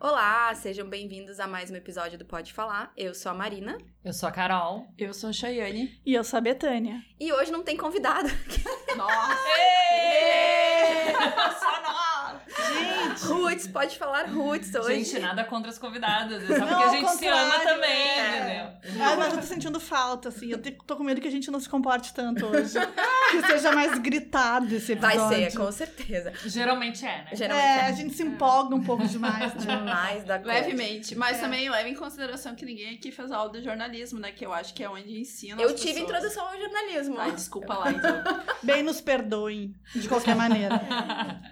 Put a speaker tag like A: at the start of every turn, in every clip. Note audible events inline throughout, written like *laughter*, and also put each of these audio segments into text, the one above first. A: Olá, sejam bem-vindos a mais um episódio do Pode Falar. Eu sou a Marina
B: Eu sou a Carol.
C: Eu sou a Chayane.
D: E eu sou a
A: *laughs*
D: Betânia.
A: e hoje não tem convidado.
C: Nossa! Só nós!
A: Roots, pode falar Roots hoje.
B: Gente, nada contra as convidadas. É só porque
D: Não,
B: a
D: ao
B: gente se
D: contrário,
B: ama também,
A: é.
B: entendeu?
D: Ah, mas eu tô sentindo falta, assim. Eu te- tô com medo que a gente não se comporte tanto
A: *laughs*
D: hoje. que seja mais gritado esse
A: Vai
D: episódio.
A: ser, com certeza.
B: Geralmente é, né?
D: É, a
A: Geralmente
D: gente se empolga um pouco demais,
A: é *laughs*
D: né?
A: demais da conta.
C: Levemente, mas também leva em consideração que ninguém aqui fez aula de jornalismo, né? Que eu acho que é onde ensina.
A: Eu
C: as
A: tive
C: pessoas.
A: introdução ao jornalismo.
C: Ai, desculpa lá, então.
D: Bem nos perdoem, de qualquer maneira.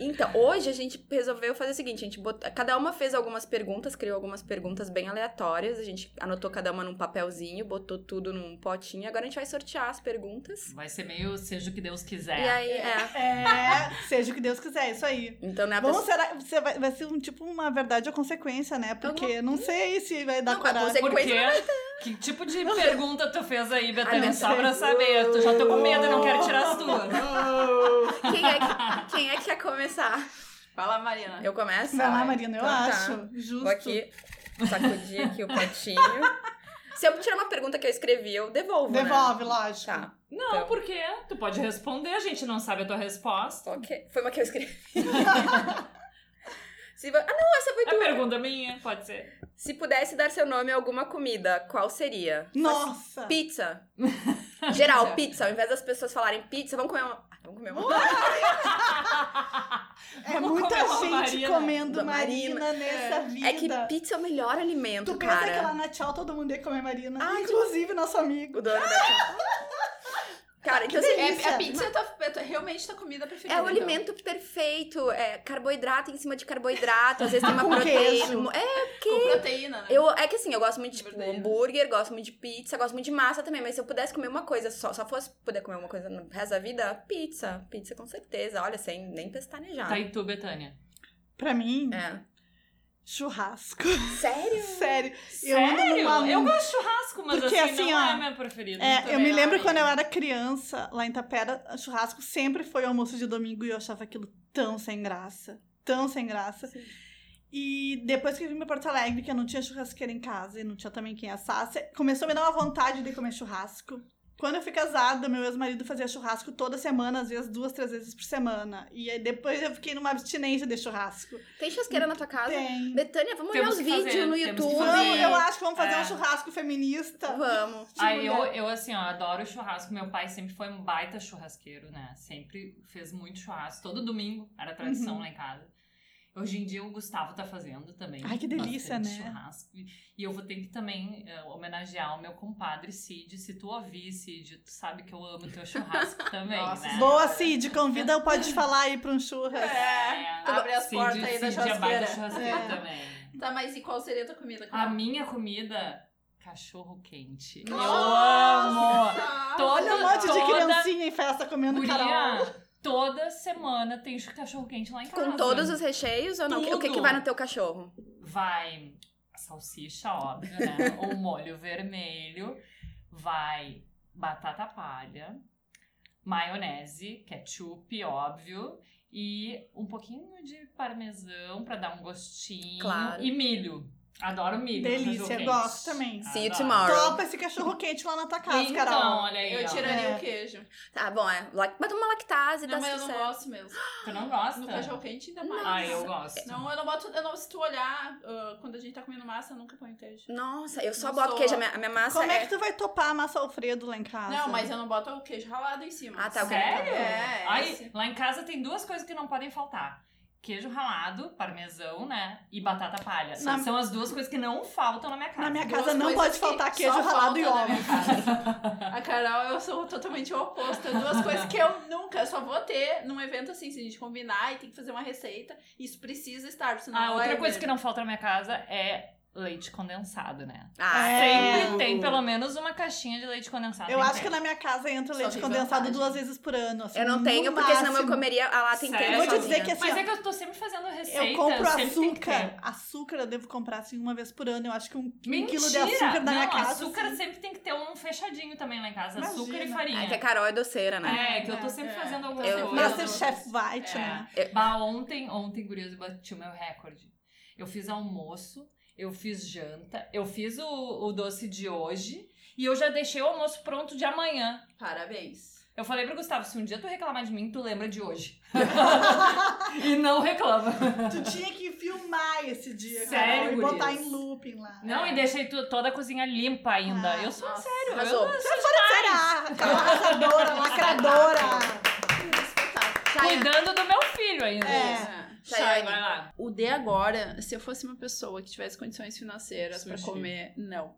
A: Então, hoje a gente resolveu fazer o seguinte, a gente bot... cada uma fez algumas perguntas, criou algumas perguntas bem aleatórias, a gente anotou cada uma num papelzinho, botou tudo num potinho, agora a gente vai sortear as perguntas.
B: Vai ser meio seja o que Deus quiser.
A: E aí, é.
D: É, seja o que Deus quiser, isso aí.
A: Então, né, a
D: Bom,
A: pessoa...
D: será você vai, vai ser um tipo uma verdade ou consequência, né? Porque não sei se vai dar
A: Não, mas
D: coragem.
A: você-
B: Por
A: Sequência
B: quê? Que tipo de pergunta tu fez aí,
A: Ai,
B: Betânia?
A: não
B: Só
D: sei.
B: pra saber. Tu já tô com medo, não quero tirar as tuas.
A: quem, é que... quem é que quer começar?
C: Fala, Marina.
A: Eu começo?
D: Vai lá,
A: Ai,
D: Marina, eu
A: então tá.
D: acho. Justo.
A: Vou aqui sacudir aqui o
D: *laughs*
A: potinho. Se eu tirar uma pergunta que eu escrevi, eu devolvo, né?
D: Devolve, lógico.
A: Tá,
B: Não,
A: Então.
B: por quê? Tu pode responder, a gente não sabe a tua resposta.
A: ok. Foi uma que eu
D: *laughs*
A: escrevi. Se vo- Ah, não, essa foi
B: É
A: tua.
B: pergunta minha, pode ser.
A: Se pudesse dar seu nome a alguma comida, qual seria?
D: Nossa!
A: Pizza. Geral, pizza. Ao invés das pessoas falarem pizza, vamos comer uma. Ah, Vamos comer uma.
D: É
B: Vamos
D: muita
B: comer uma
D: gente
B: Marina.
D: comendo
A: Uma Marina.
D: Marina, nessa vida.
A: É que pizza é o melhor alimento,
D: Tu pensa
A: cara.
D: que lá na tchau todo mundo ia comer Marina.
A: Ai,
D: inclusive nosso amigo.
A: O dono
D: *laughs*
A: da Cara, então assim,
C: É,
D: delícia.
C: a pizza é, tua, é tua- realmente tua comida preferida.
A: É o
C: então.
A: alimento perfeito, é carboidrato em cima de carboidrato, às vezes tem uma
D: Com
A: proteína.
D: queijo.
A: É,
C: Com
A: que
C: proteína, né?
A: eu, é que assim, eu gosto muito de tipo,
C: Verdadeiro.
A: hambúrguer, gosto muito de pizza, gosto muito de massa também, mas se eu pudesse comer uma coisa só, só fosse poder comer uma coisa no resto da vida, pizza. Pizza com certeza, olha, sem nem pestanejar.
B: Tá e tu, Betânia?
D: Pra mim,
A: É.
D: churrasco. *laughs*
A: Sério?
D: Sério. ando
B: Sério?
D: numa-
B: Eu gosto de churrasco, mas
D: Porque,
B: assim,
D: assim,
B: não
D: ó,
B: é minha preferida.
D: É,
B: Também
D: eu me
B: não
D: lembro
B: é
D: quando
B: minha.
D: eu era criança, lá em Tapera, churrasco sempre foi o almoço de domingo e eu achava aquilo tão sem graça. Tão sem graça. E depois que eu vim pra Porto Alegre, que eu não tinha churrasqueira em casa e não tinha também quem assasse, começou a me dar uma vontade de comer churrasco. Quando eu fui casada, meu ex-marido fazia churrasco toda semana, às vezes duas, três vezes por semana. E aí depois eu fiquei numa abstinência de churrasco.
A: Tem churrasqueira na tua casa?
D: Tem.
A: Betânia, vamos
B: Temos
A: olhar os
B: que fazer,
A: vídeos no
B: temos que
A: YouTube.
D: Vamos,
B: fazer.
D: eu acho que vamos fazer
B: É.
D: um churrasco feminista.
A: Vamos.
D: de
B: Aí eu,
D: mulher.
B: eu, assim, ó, adoro churrasco. Meu pai sempre foi um baita churrasqueiro, né? Sempre fez muito churrasco. Todo domingo era tradição
D: Uhum.
B: lá em casa. Hoje em dia o Gustavo tá fazendo também.
D: Ai, que delícia,
B: bastante
D: né?
B: Churrasco. E- E eu vou ter que também eh, homenagear o meu compadre Cid. Se tu ouvir, Cid, tu sabe que eu amo teu churrasco
D: *laughs*
B: também,
C: Nossa,
B: né?
D: Boa, Cid, convida o Pode Falar aí pra um churras.
C: É, abre as
B: Cid-
C: portas aí da
B: Cid é baita
C: churrasqueira.
B: churrasqueiro
D: É.
B: também.
C: Tá, mas e qual seria a tua comida?
B: A minha comida, cachorro quente. Eu
D: Nossa!
B: amo!
C: Ah,
D: Olha um
B: Toda-
D: monte de
B: toda-
D: criancinha em festa comendo carol.
B: Guria, toda semana tem cachorro quente lá em casa.
A: Com todos os recheios ou não? O que- O que, que
B: Tudo.
A: vai no teu cachorro?
B: Vai salsicha, óbvio,
A: *laughs*
B: né? o molho vermelho. Vai batata palha. Maionese, ketchup, óbvio. E um pouquinho de parmesão pra dar um gostinho.
A: Claro.
B: E milho. Adoro milho. no
D: Delícia,
B: cachorro-quente.
D: gosto também.
A: See you
B: Adoro.
A: tomorrow.
D: Topa esse cachorro quente lá na tua casa,
B: Então,
D: Carol.
B: olha aí.
C: Eu
B: ó.
C: tiraria
D: É.
C: o queijo.
A: Tá bom, é. lac- Bota uma lactase, dá
C: Não, mas eu não
A: sucesso.
C: gosto mesmo.
B: Tu não gosta?
C: No cachorro quente ainda mais.
B: Ah, eu gosto.
C: Não, eu não boto. Eu não, se tu olhar, ah, quando a gente tá comendo massa, eu nunca ponho queijo.
A: Nossa, eu só
C: Não
A: boto
C: sou-
A: queijo. A minha, a minha massa
D: Como é
A: é...
D: que tu vai topar a massa Alfredo lá em casa?
C: Não, mas eu não boto o queijo ralado em cima.
A: Ah, tá, ok.
B: Sério?
C: É,
B: Ai,
C: esse.
B: lá em casa tem duas coisas que não podem faltar. Queijo ralado, parmesão, né? E batata palha.
D: Na-
B: São as duas coisas que não faltam na minha casa.
D: Na minha
C: Duas
D: casa não
C: coisas
D: pode
C: que
D: faltar
C: só
D: queijo ralado
C: falta né,
D: e
C: na
D: ovo.
C: minha
D: *laughs*
C: casa. A Carol, eu sou totalmente o oposto. É Duas coisas que eu nunca, só vou ter num evento assim, se a gente combinar e tem que fazer uma receita. Isso precisa estar, senão
B: Ah,
C: não
B: outra
C: é
B: coisa que
C: mesmo.
B: não falta na minha casa é leite condensado, né?
A: Ah,
D: É.
B: Sempre tem pelo menos uma caixinha de leite condensado.
D: Eu
B: em
D: acho que
B: casa.
D: na minha casa entra
C: Só
D: leite
C: tem
D: condensado
C: vantagem.
D: duas vezes por ano. assim,
A: eu não
D: no
A: tenho, porque senão eu
D: máximo.
A: comeria a lata
B: Sério?
A: inteira
B: Eu vou te
A: sozinha.
D: dizer que assim,
B: Mas
D: ó,
B: é que eu tô sempre fazendo receita.
D: Eu compro
B: sempre tem que ter.
D: açúcar. Açúcar eu devo comprar assim uma vez por ano. Eu acho que um, um
B: Mentira!
D: quilo de açúcar da
B: não,
D: minha casa.
B: açúcar
D: assim,
B: sempre tem que ter um fechadinho também lá em casa. Açúcar e
D: Imagina.
B: farinha.
A: Ah, que a Carol é doceira, né?
B: É, que eu tô sempre
C: É.
B: fazendo alguma
A: Eu-
B: coisa.
A: eu-
D: Masterchef White,
B: É.
D: né?
B: Bah, ontem, ontem, gurias, eu bati o meu recorde. eu fiz almoço, eu fiz janta, eu fiz o, o doce de hoje e eu já deixei o almoço pronto de amanhã.
C: Parabéns.
B: Eu falei pro Gustavo, se um dia tu reclamar de mim, tu lembra de hoje. *laughs* e não reclama.
D: Tu tinha que filmar esse dia,
B: Sério,
D: Carol, e botar
B: gurias?
D: em looping lá.
B: Não, e deixei tu- toda a cozinha limpa ainda.
D: Ah,
B: eu sou
C: nossa,
B: sério.
A: arrasou.
B: Eu,
D: Você fora de será, aquela arrasadora, lacradora.
C: Espetáculo.
B: cuidando do meu filho ainda.
D: É.
C: Tá
A: Chayane.
B: Vai lá.
C: O de agora, se eu fosse uma pessoa que tivesse condições financeiras pra
B: Sushi.
C: comer, não.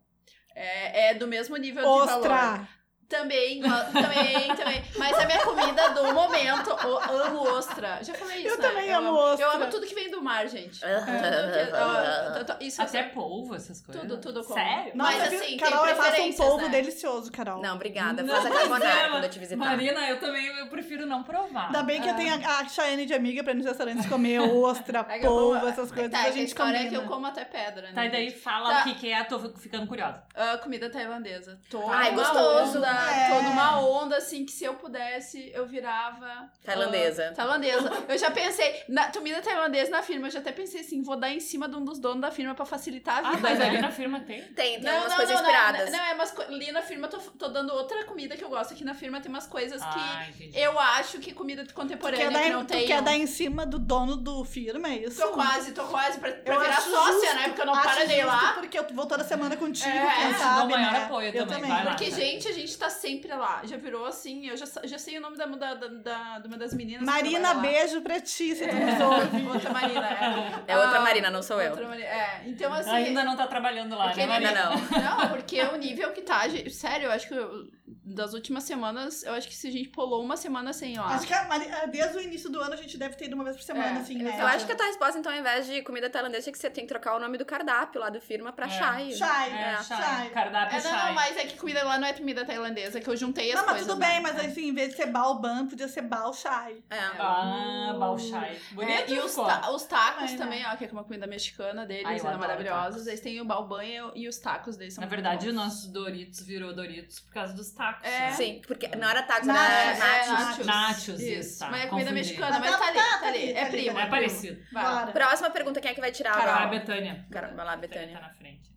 C: É, é do mesmo nível de valor.
D: Ostra.
C: Também, go- também, também. Mas a minha comida do momento, eu amo ostra. Já falei isso,
D: Eu
C: né?
D: também amo ostra.
C: Eu amo tudo que vem do
A: *laughs*
C: mar, gente. Tudo que- ó, isso é
B: Até polvo, essas coisas.
C: Tudo, tudo como.
B: Sério?
C: Mas,
D: Nossa,
C: assim, tem
D: Carol, eu faço um
C: preferências,
D: polvo
C: né?
D: delicioso, Carol.
A: Não, obrigada.
B: Não,
A: Faz a
B: mas
A: carbonara
B: é,
A: quando eu te visitar.
B: Marina, eu também eu prefiro não provar.
D: Ainda bem que eu
C: Ah.
D: tenho a, a Chayane de amiga pra ir nos restaurantes
C: *laughs*
D: comer ostra,
C: É que eu
D: polvo,
C: como-
D: essas coisas.
C: Tá,
D: a
C: é que a
D: gente
C: história
D: combina.
C: é que eu como até pedra, né?
B: Tá, e daí
C: gente?
B: fala
C: Tá.
B: o que, que é, tô ficando curiosa.
C: Ah, comida tailandesa. Tô
A: Ai,
C: numa
A: gostoso.
C: Onda,
D: É.
C: Tô numa onda, assim, que se eu pudesse, eu virava...
A: Tailandesa.
C: ah, tailandesa. Eu já pensei... Na comida tailandesa na firma, eu já até pensei assim, vou dar em cima de um dos donos da firma pra facilitar a
B: Ah,
C: vida.
B: mas
C: né?
B: ali na firma tem.
A: Tem, tem
C: Não,
A: umas
C: não,
A: coisas
C: não,
A: inspiradas.
C: Não, não, é umas co... ali na firma eu tô, tô dando outra comida que eu gosto. Aqui na firma tem umas coisas
B: Ah,
C: que
B: entendi.
C: eu acho que comida
D: Tu
C: contemporânea
D: quer,
C: né, que
D: dar,
C: não
D: tu
C: tem. um
D: quer dar em cima do dono do firma, é isso?
C: Tô quase, tô quase pra, pra
D: Eu
C: virar
D: acho
C: sócia,
D: justo,
C: né? Porque eu não
D: acho
C: paro de ir
D: justo,
C: lá.
D: Porque eu vou toda semana contigo,
C: É,
D: quem
C: te
B: dou
D: sabe,
B: maior
D: né?
B: apoio
D: eu
B: também,
D: também.
B: vai lá.
C: Porque,
B: né?
C: gente, a gente tá sempre lá. Já virou assim, eu já, sa- já sei o nome da, da, da, de uma das meninas. que
D: Marina,
C: trabalha lá.
D: beijo pra ti, se tu nos
C: É,
D: ouve.
C: outra Marina, é.
A: É outra
C: Ah,
A: Marina, não sou eu.
C: Outra Marina, é. Então, assim.
B: Ainda não tá trabalhando lá,
C: Porque
B: né,
A: Ainda
B: Marina?
A: não.
C: Não, porque o nível que tá. gente- Sério, eu acho que eu- das últimas semanas, eu acho que se a gente pulou uma semana sem lá.
D: Acho que a Mari- ah, desde o início do ano a gente deve ter ido uma vez por semana,
C: É,
D: assim,
C: eu
D: né?
A: Eu acho que a tua resposta, então, ao invés de comida tailandesa, é que você tem que trocar o nome do cardápio lá do firma pra
B: É.
A: Chai.
D: Chai,
B: É,
D: chai.
B: chai. Cardápio
C: É, não, não,
B: chai.
C: mas é que comida lá não é comida tailandesa, que eu juntei as
D: Não, mas
C: coisas.
D: tudo
C: né?
D: bem, mas assim, em vez de ser balban, podia ser balchai.
A: É.
B: Ah, balchai.
C: É,
B: Bonito
C: e os,
B: ficou.
C: ta- os tacos
D: Ai, né?
C: também, ó, que é uma comida mexicana deles,
B: Ai, eu
C: eles
B: adoro
C: são maravilhosos.
B: tacos.
C: Eles têm o balbanha e os tacos deles são
B: Na
C: muito
B: verdade, o
C: bons.
B: nosso Doritos virou Doritos por causa dos tacos.
C: É.
B: né?
A: Sim, porque tá não era tacos, era
D: Nath-
A: Nath.
D: é, Nath.
C: nachos.
B: Nachos, isso,
C: isso.
B: tá,
C: Mas é comida
B: confundi.
C: mexicana,
D: Mas
C: mas
D: tá-
C: tá ali,
D: tá-
C: tá ali.
D: tá
C: É
D: ali,
C: primo.
D: tá
B: É
D: ali.
B: parecido.
C: Vai.
D: Bora.
A: Próxima pergunta, quem é que vai tirar
C: Carol.
B: Vai,
A: agora?
B: Betânia.
A: Carol, vai lá,
B: Betânia
A: Betânia.
B: tá na frente.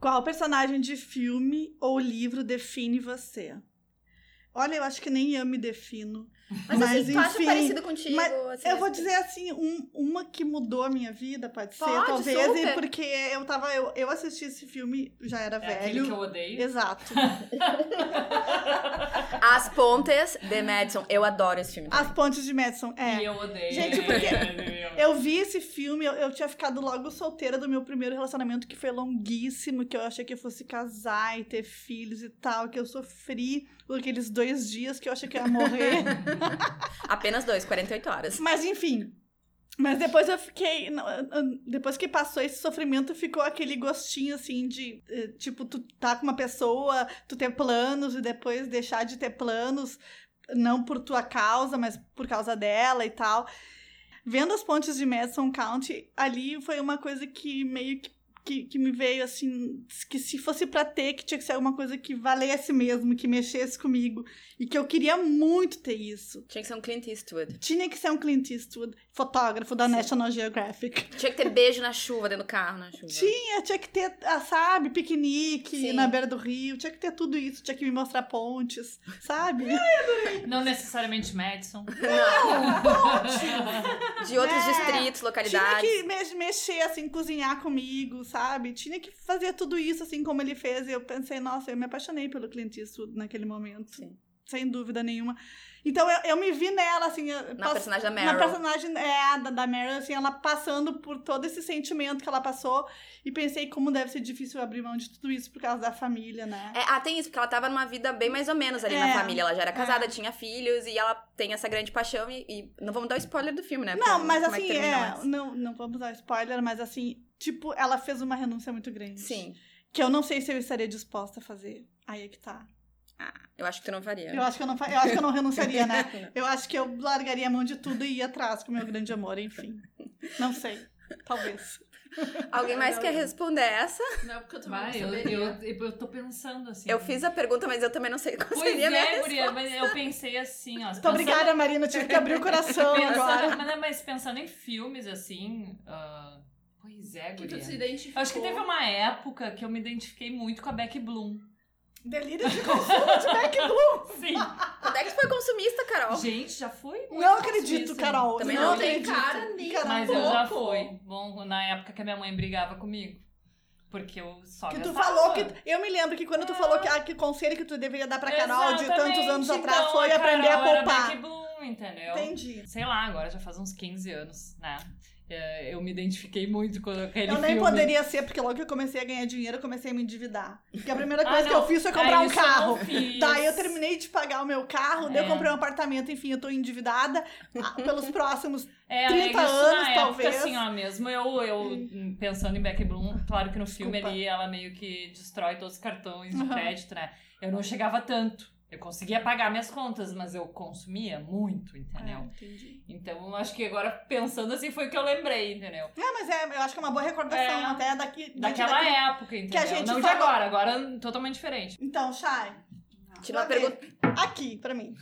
D: Qual personagem de filme ou livro define você? Olha, eu acho que nem eu me defino.
A: Mas, assim, tu acha
D: enfim,
A: parecido contigo?
D: mas
A: assim,
D: eu vou
A: assim?
D: dizer assim, um- uma que mudou a minha vida, pode ser,
A: Pode,
D: talvez,
A: super.
D: e porque eu tava. Eu, eu assisti esse filme, já era
B: É aquele que
D: Tá velho.
B: eu odeio.
D: Exato.
A: As Pontes de Madison. Eu adoro esse filme.
D: As Pontes de Madison. É.
B: E eu odeio.
D: Gente, porque-
B: Eu-
D: Eu vi esse filme, eu, eu tinha ficado logo solteira do meu primeiro relacionamento, que foi longuíssimo, que eu achei que eu fosse casar e ter filhos e tal, que eu sofri por aqueles dois dias que eu achei que eu ia
A: *laughs*
D: morrer.
A: Apenas dois, 48 horas.
D: Mas enfim. Mas depois eu fiquei. não, eu- eu- Depois que passou esse sofrimento, ficou aquele gostinho assim de. eh, Tipo, tu tá com uma pessoa, tu ter planos e depois deixar de ter planos, não por tua causa, mas por causa dela e tal. Vendo as pontes de Madison County, ali foi uma coisa que meio que. Que, que me veio assim, que se fosse pra ter, que tinha que ser alguma coisa que valesse mesmo, que mexesse comigo. E que eu queria muito ter isso.
A: Tinha que ser um Clint Eastwood.
D: Tinha que ser um Clint Eastwood, fotógrafo da National Geographic.
A: Tinha que ter beijo na chuva, dentro do carro, na chuva.
D: Tinha, tinha que ter, ah, sabe, piquenique
A: Sim.
D: na beira do rio, tinha que ter tudo isso, tinha que me mostrar pontes, sabe?
B: *laughs* Não necessariamente Madison.
A: De outros
D: É.
A: distritos,
D: tinha
A: localidades.
D: que me- mexer, assim, cozinhar comigo, sabe? Tinha que fazer tudo isso, assim, como ele fez. E eu pensei, nossa, eu me apaixonei pelo Clint Eastwood naquele momento.
A: Sim.
D: Sem dúvida nenhuma. Então eu, eu me vi nela, assim. eu
A: Na
D: pass-
A: personagem da
D: Na
A: Meryl.
D: personagem é, da, da Meryl, assim, ela passando por todo esse sentimento que ela passou. E pensei como deve ser difícil abrir mão de tudo isso por causa da família, né?
A: É, ah, tem isso, porque ela tava numa vida bem mais ou menos ali na
D: É.
A: família. Ela já era casada, tinha filhos e ela tem essa grande paixão. E, e não vamos dar o spoiler do filme, né? Porque
D: Não, mas
A: como é
D: assim,
A: que termina
D: é,
A: mais.
D: não, não vamos dar spoiler, mas assim, tipo, ela fez uma renúncia muito grande.
A: Sim,
D: Que eu não sei se eu estaria disposta a fazer. Aí é que tá.
A: eu acho que tu não faria.
D: Eu acho que eu não, fa- eu acho que eu não renunciaria, né? Eu acho que eu largaria a mão de tudo e ia atrás com o meu grande amor, enfim. Não sei. Talvez.
A: Alguém mais
C: Não,
A: quer
C: não.
A: responder essa?
C: Não, porque eu também
B: Vai,
C: não
B: eu,
C: saberia.
B: eu, eu tô pensando assim.
A: Eu fiz a pergunta, mas eu também não sei *laughs* qual
B: Pois
A: seria a minha
B: é, guria, mas eu pensei assim, ó.
D: Muito obrigada, Marina. Tive que abrir o coração
B: Pensando,
D: agora.
B: mas, mas pensando em filmes, assim, ah, é,
C: que tu
B: guria.
C: se identificou.
B: Acho que teve um- uma época que eu me identifiquei muito com a Beck Bloom.
D: Delírio de consumo de Mac Blue.
B: Sim.
A: Quando é que tu foi consumista, Carol?
B: *laughs* Gente, já fui muito
D: Não acredito,
B: consumista.
D: Carol. Tá
A: Também
D: não
A: não tem
D: acredito.
C: cara nem-
D: Cara,
B: Mas eu já
C: pouco.
B: fui. Bom, na época que a minha mãe brigava comigo. Porque eu só
D: Que tu
B: gastava.
D: falou que. Eu me lembro que quando tu falou que, ah, que conselho que tu deveria dar pra Carol de tantos
B: Exatamente.
D: anos atrás
B: Então,
D: foi aprender a
B: Carol era
D: poupar.
B: Beck Bloom, entendeu?
D: Entendi.
B: Sei lá, agora já faz uns 15 anos, né? É, Eu me identifiquei muito com aquele
D: Eu nem
B: filme.
D: poderia ser, porque logo que eu comecei a ganhar dinheiro, eu comecei a me endividar. Porque a primeira
B: Ah,
D: coisa que
B: não.
D: eu fiz foi
B: Ah,
D: comprar um
B: isso eu não
D: carro.
B: fiz.
D: Daí eu terminei de pagar o meu carro, daí eu
B: É.
D: comprei um apartamento, enfim, eu tô endividada ah, pelos próximos.
B: É,
D: 30
B: é isso
D: anos,
B: na época,
D: talvez.
B: assim, ó, mesmo eu, eu pensando em Beck Bloom, claro que no filme
D: Desculpa.
B: ali ela meio que destrói todos os cartões
D: Uhum.
B: de crédito, né? Eu não chegava tanto. Eu conseguia pagar minhas contas, mas eu consumia muito,
C: É,
B: entendeu?
D: entendi.
B: Então, eu acho que agora, pensando assim, foi o que eu lembrei, entendeu?
D: É, mas é, eu acho que é uma boa recordação
B: É.
D: até daqui.
B: Daquela
D: daqui-
B: época, entendeu?
D: gente
B: não de
D: falou.
B: agora, agora totalmente diferente.
D: Então, Chay.
A: Tira uma
D: pra ver.
A: pergunta.
D: Aqui, pra mim.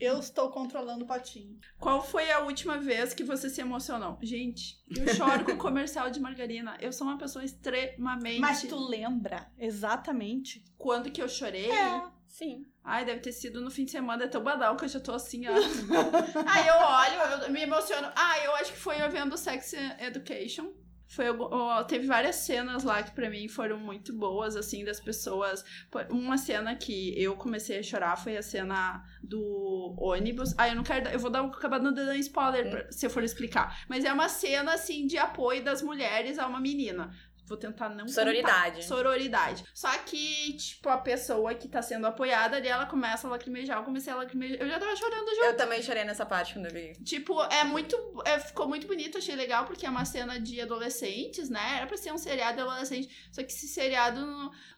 D: Eu estou controlando o potinho.
C: Qual foi a última vez que você se emocionou? Gente, eu choro
D: *laughs*
C: com o comercial de margarina. Eu sou uma pessoa extremamente.
D: Mas tu lembra exatamente?
C: Quando que eu chorei?
D: É.
B: É.
A: Sim.
C: Ai, deve ter sido no fim de semana, é tão banal que eu já tô assim, ó. Aí eu olho, eu me emociono. Ah, eu acho que foi eu vendo Sex Education. Foi, algu- ó, teve várias cenas lá que pra mim foram muito boas, assim, das pessoas. Pô, Uma cena que eu comecei a chorar foi a cena do ônibus. Ah, eu não quero. dar- Eu vou dar um acabado dando spoiler pra- se eu for explicar. Mas é uma cena, assim, de apoio das mulheres a uma menina. Vou tentar não. contar.
A: Sororidade.
C: Sororidade. Só que, tipo, a pessoa que tá sendo apoiada ali, ela começa a lacrimejar. Eu comecei a lacrimejar. Eu já tava chorando já.
A: Eu também chorei nessa parte quando eu vi.
C: Tipo, é muito. é, ficou muito bonito, achei legal, porque é uma cena de adolescentes, né? Era pra ser um seriado adolescente. Só que esse seriado,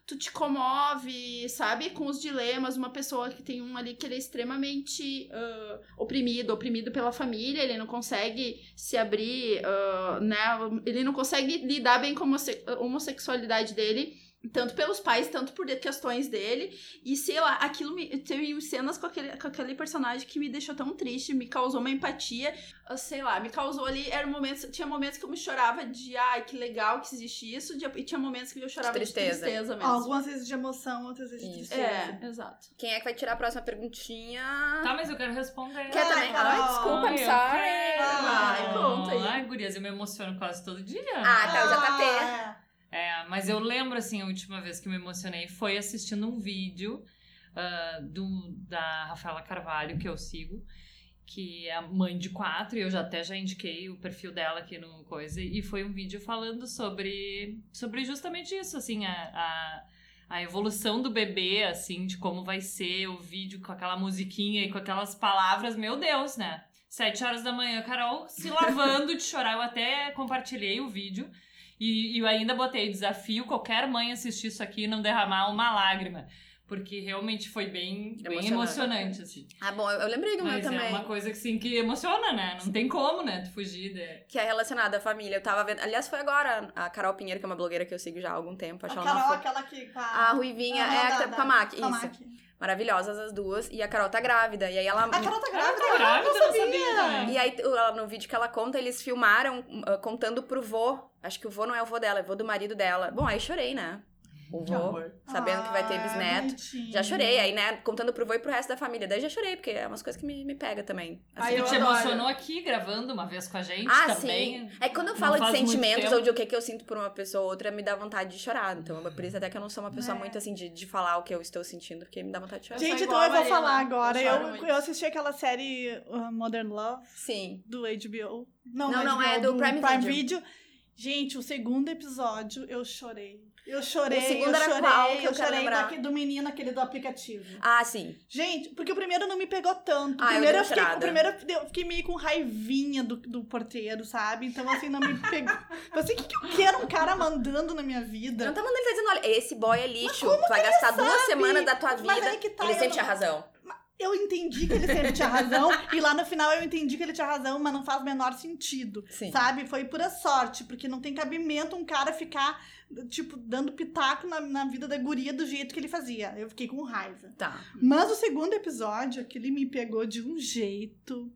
C: tu te comove, sabe? Com os dilemas. Uma pessoa que tem um ali que ele é extremamente ah, oprimido, oprimido pela família, ele não consegue se abrir, ah, né? Ele não consegue lidar bem com a homosse- a homossexualidade dele. Tanto pelos pais, tanto por questões dele. E sei lá, aquilo me. Teve cenas com aquele, com aquele personagem que me deixou tão triste, me causou uma empatia. ah, Sei lá, me causou ali. Era momentos, tinha momentos que eu me chorava de ai, que legal que existe isso. de- e tinha momentos que eu chorava de tristeza,
A: tristeza.
C: mesmo.
D: Algumas vezes de emoção, outras vezes de
A: Isso.
D: tristeza.
C: É, exato.
A: Quem é que vai tirar a próxima perguntinha?
B: Tá, mas eu quero responder.
A: Quer
D: Ai,
A: também?
D: Carol.
A: Ai, desculpa,
B: Ai,
A: I'm
B: eu
A: sorry.
B: quero.
C: Vai, conta aí.
B: Ai, gurias, eu me emociono quase todo dia.
A: Ah, tá, eu já tapei.
D: Ah,
B: É, mas eu lembro, assim, a última vez que eu me emocionei foi assistindo um vídeo ah, do, da Rafaela Carvalho, que eu sigo, que é a mãe de quatro, e eu já até já indiquei o perfil dela aqui no Coisa, e foi um vídeo falando sobre, sobre justamente isso, assim, a, a, a evolução do bebê, assim, de como vai ser o vídeo com aquela musiquinha e com aquelas palavras, meu Deus, né? Sete horas da manhã, Carol se lavando de chorar, eu até compartilhei o vídeo. E, e eu ainda botei desafio qualquer mãe assistir isso aqui e não derramar uma lágrima. Porque realmente foi bem, bem
A: Emocionante.
B: emocionante, assim.
A: Ah, bom, eu eu lembrei do meu
B: Mas é
A: também.
B: uma coisa que, assim, que emociona, né? Não tem como, né? Tu fugir de...
A: Que é relacionada à família. Eu tava vendo. Aliás, foi agora a Carol Pinheiro, que é uma blogueira que eu sigo já há algum tempo.
D: A
A: Acho ela é uma
D: Carol,
A: fo-
D: aquela que. com
A: A Ruivinha
D: Ah,
A: é a
D: da-
A: que tá
D: da-
A: com a Mac,
D: com a
A: isso.
D: Mac.
A: Maravilhosas as duas. E a Carol tá grávida. E aí ela.
D: A Carol tá grávida?
B: tá grávida, eu não sabia também.
A: E aí, o- ela- no vídeo que ela conta, eles filmaram ah, contando pro vô. Acho que o vô não é o vô dela, é o vô do marido dela. Bom, aí chorei, né? O vô, sabendo que vai ter
D: Ah,
A: bisneto.
D: bonitinho.
A: Já chorei, aí, né? Contando pro vô e pro resto da família. Daí já chorei, porque é umas coisas que me, me pega também. Assim,
D: Ai,
B: Tu
D: eu
B: te
D: adoro.
B: emocionou aqui, gravando uma vez com a gente
A: Ah,
B: também.
A: sim. É que quando eu
B: Não
A: falo de
B: faz muito
A: sentimentos
B: tempo.
A: ou de o que, que eu sinto por uma pessoa ou outra, me dá vontade de chorar. Então, é por isso até que eu não sou uma pessoa
D: É.
A: muito assim de, de falar o que eu estou sentindo, porque me dá vontade de chorar.
D: Gente,
C: sou
D: então
C: igual
D: eu
C: a
D: vou
C: Mariana,
D: falar agora.
C: eu choro
D: Eu,
C: muito.
D: eu assisti aquela série uh, Modern Love
A: Sim.
D: do HBO. Não,
A: Não,
D: do
A: não,
D: HBO,
A: é do Prime
D: Video. Gente, o segundo episódio eu chorei. Eu chorei,
A: O segundo
D: eu
A: era
D: chorei,
A: qual que eu
D: eu
A: quero
D: chorei
A: lembrar?
D: daque- do menino, aquele do aplicativo.
A: Ah, sim.
D: Gente, porque o primeiro não me pegou tanto. O
A: Ah, eu
D: primeiro
A: dei
D: eu fiquei,
A: entrada.
D: o primeiro eu dei- eu fiquei meio com raivinha do, do porteiro, sabe? Então, assim, não me
A: *laughs*
D: pegou. Você, o que, que eu quero um cara mandando na minha vida?
A: Não tá mandando ele tá dizendo, olha, esse boy é lixo. Tu vai gastar duas semanas da tua vida.
D: Mas aí que tá,
A: ele
D: eu
A: sempre
D: não-
A: tinha razão.
D: Eu entendi que ele sempre tinha razão, e lá no final eu entendi que ele tinha razão, mas não faz o menor sentido.
A: Sim.
D: Sabe? Foi pura sorte, porque não tem cabimento um cara ficar, tipo, dando pitaco na, na vida da guria do jeito que ele fazia. Eu fiquei com raiva.
A: Tá.
D: é Mas o segundo episódio, aquele me pegou de um jeito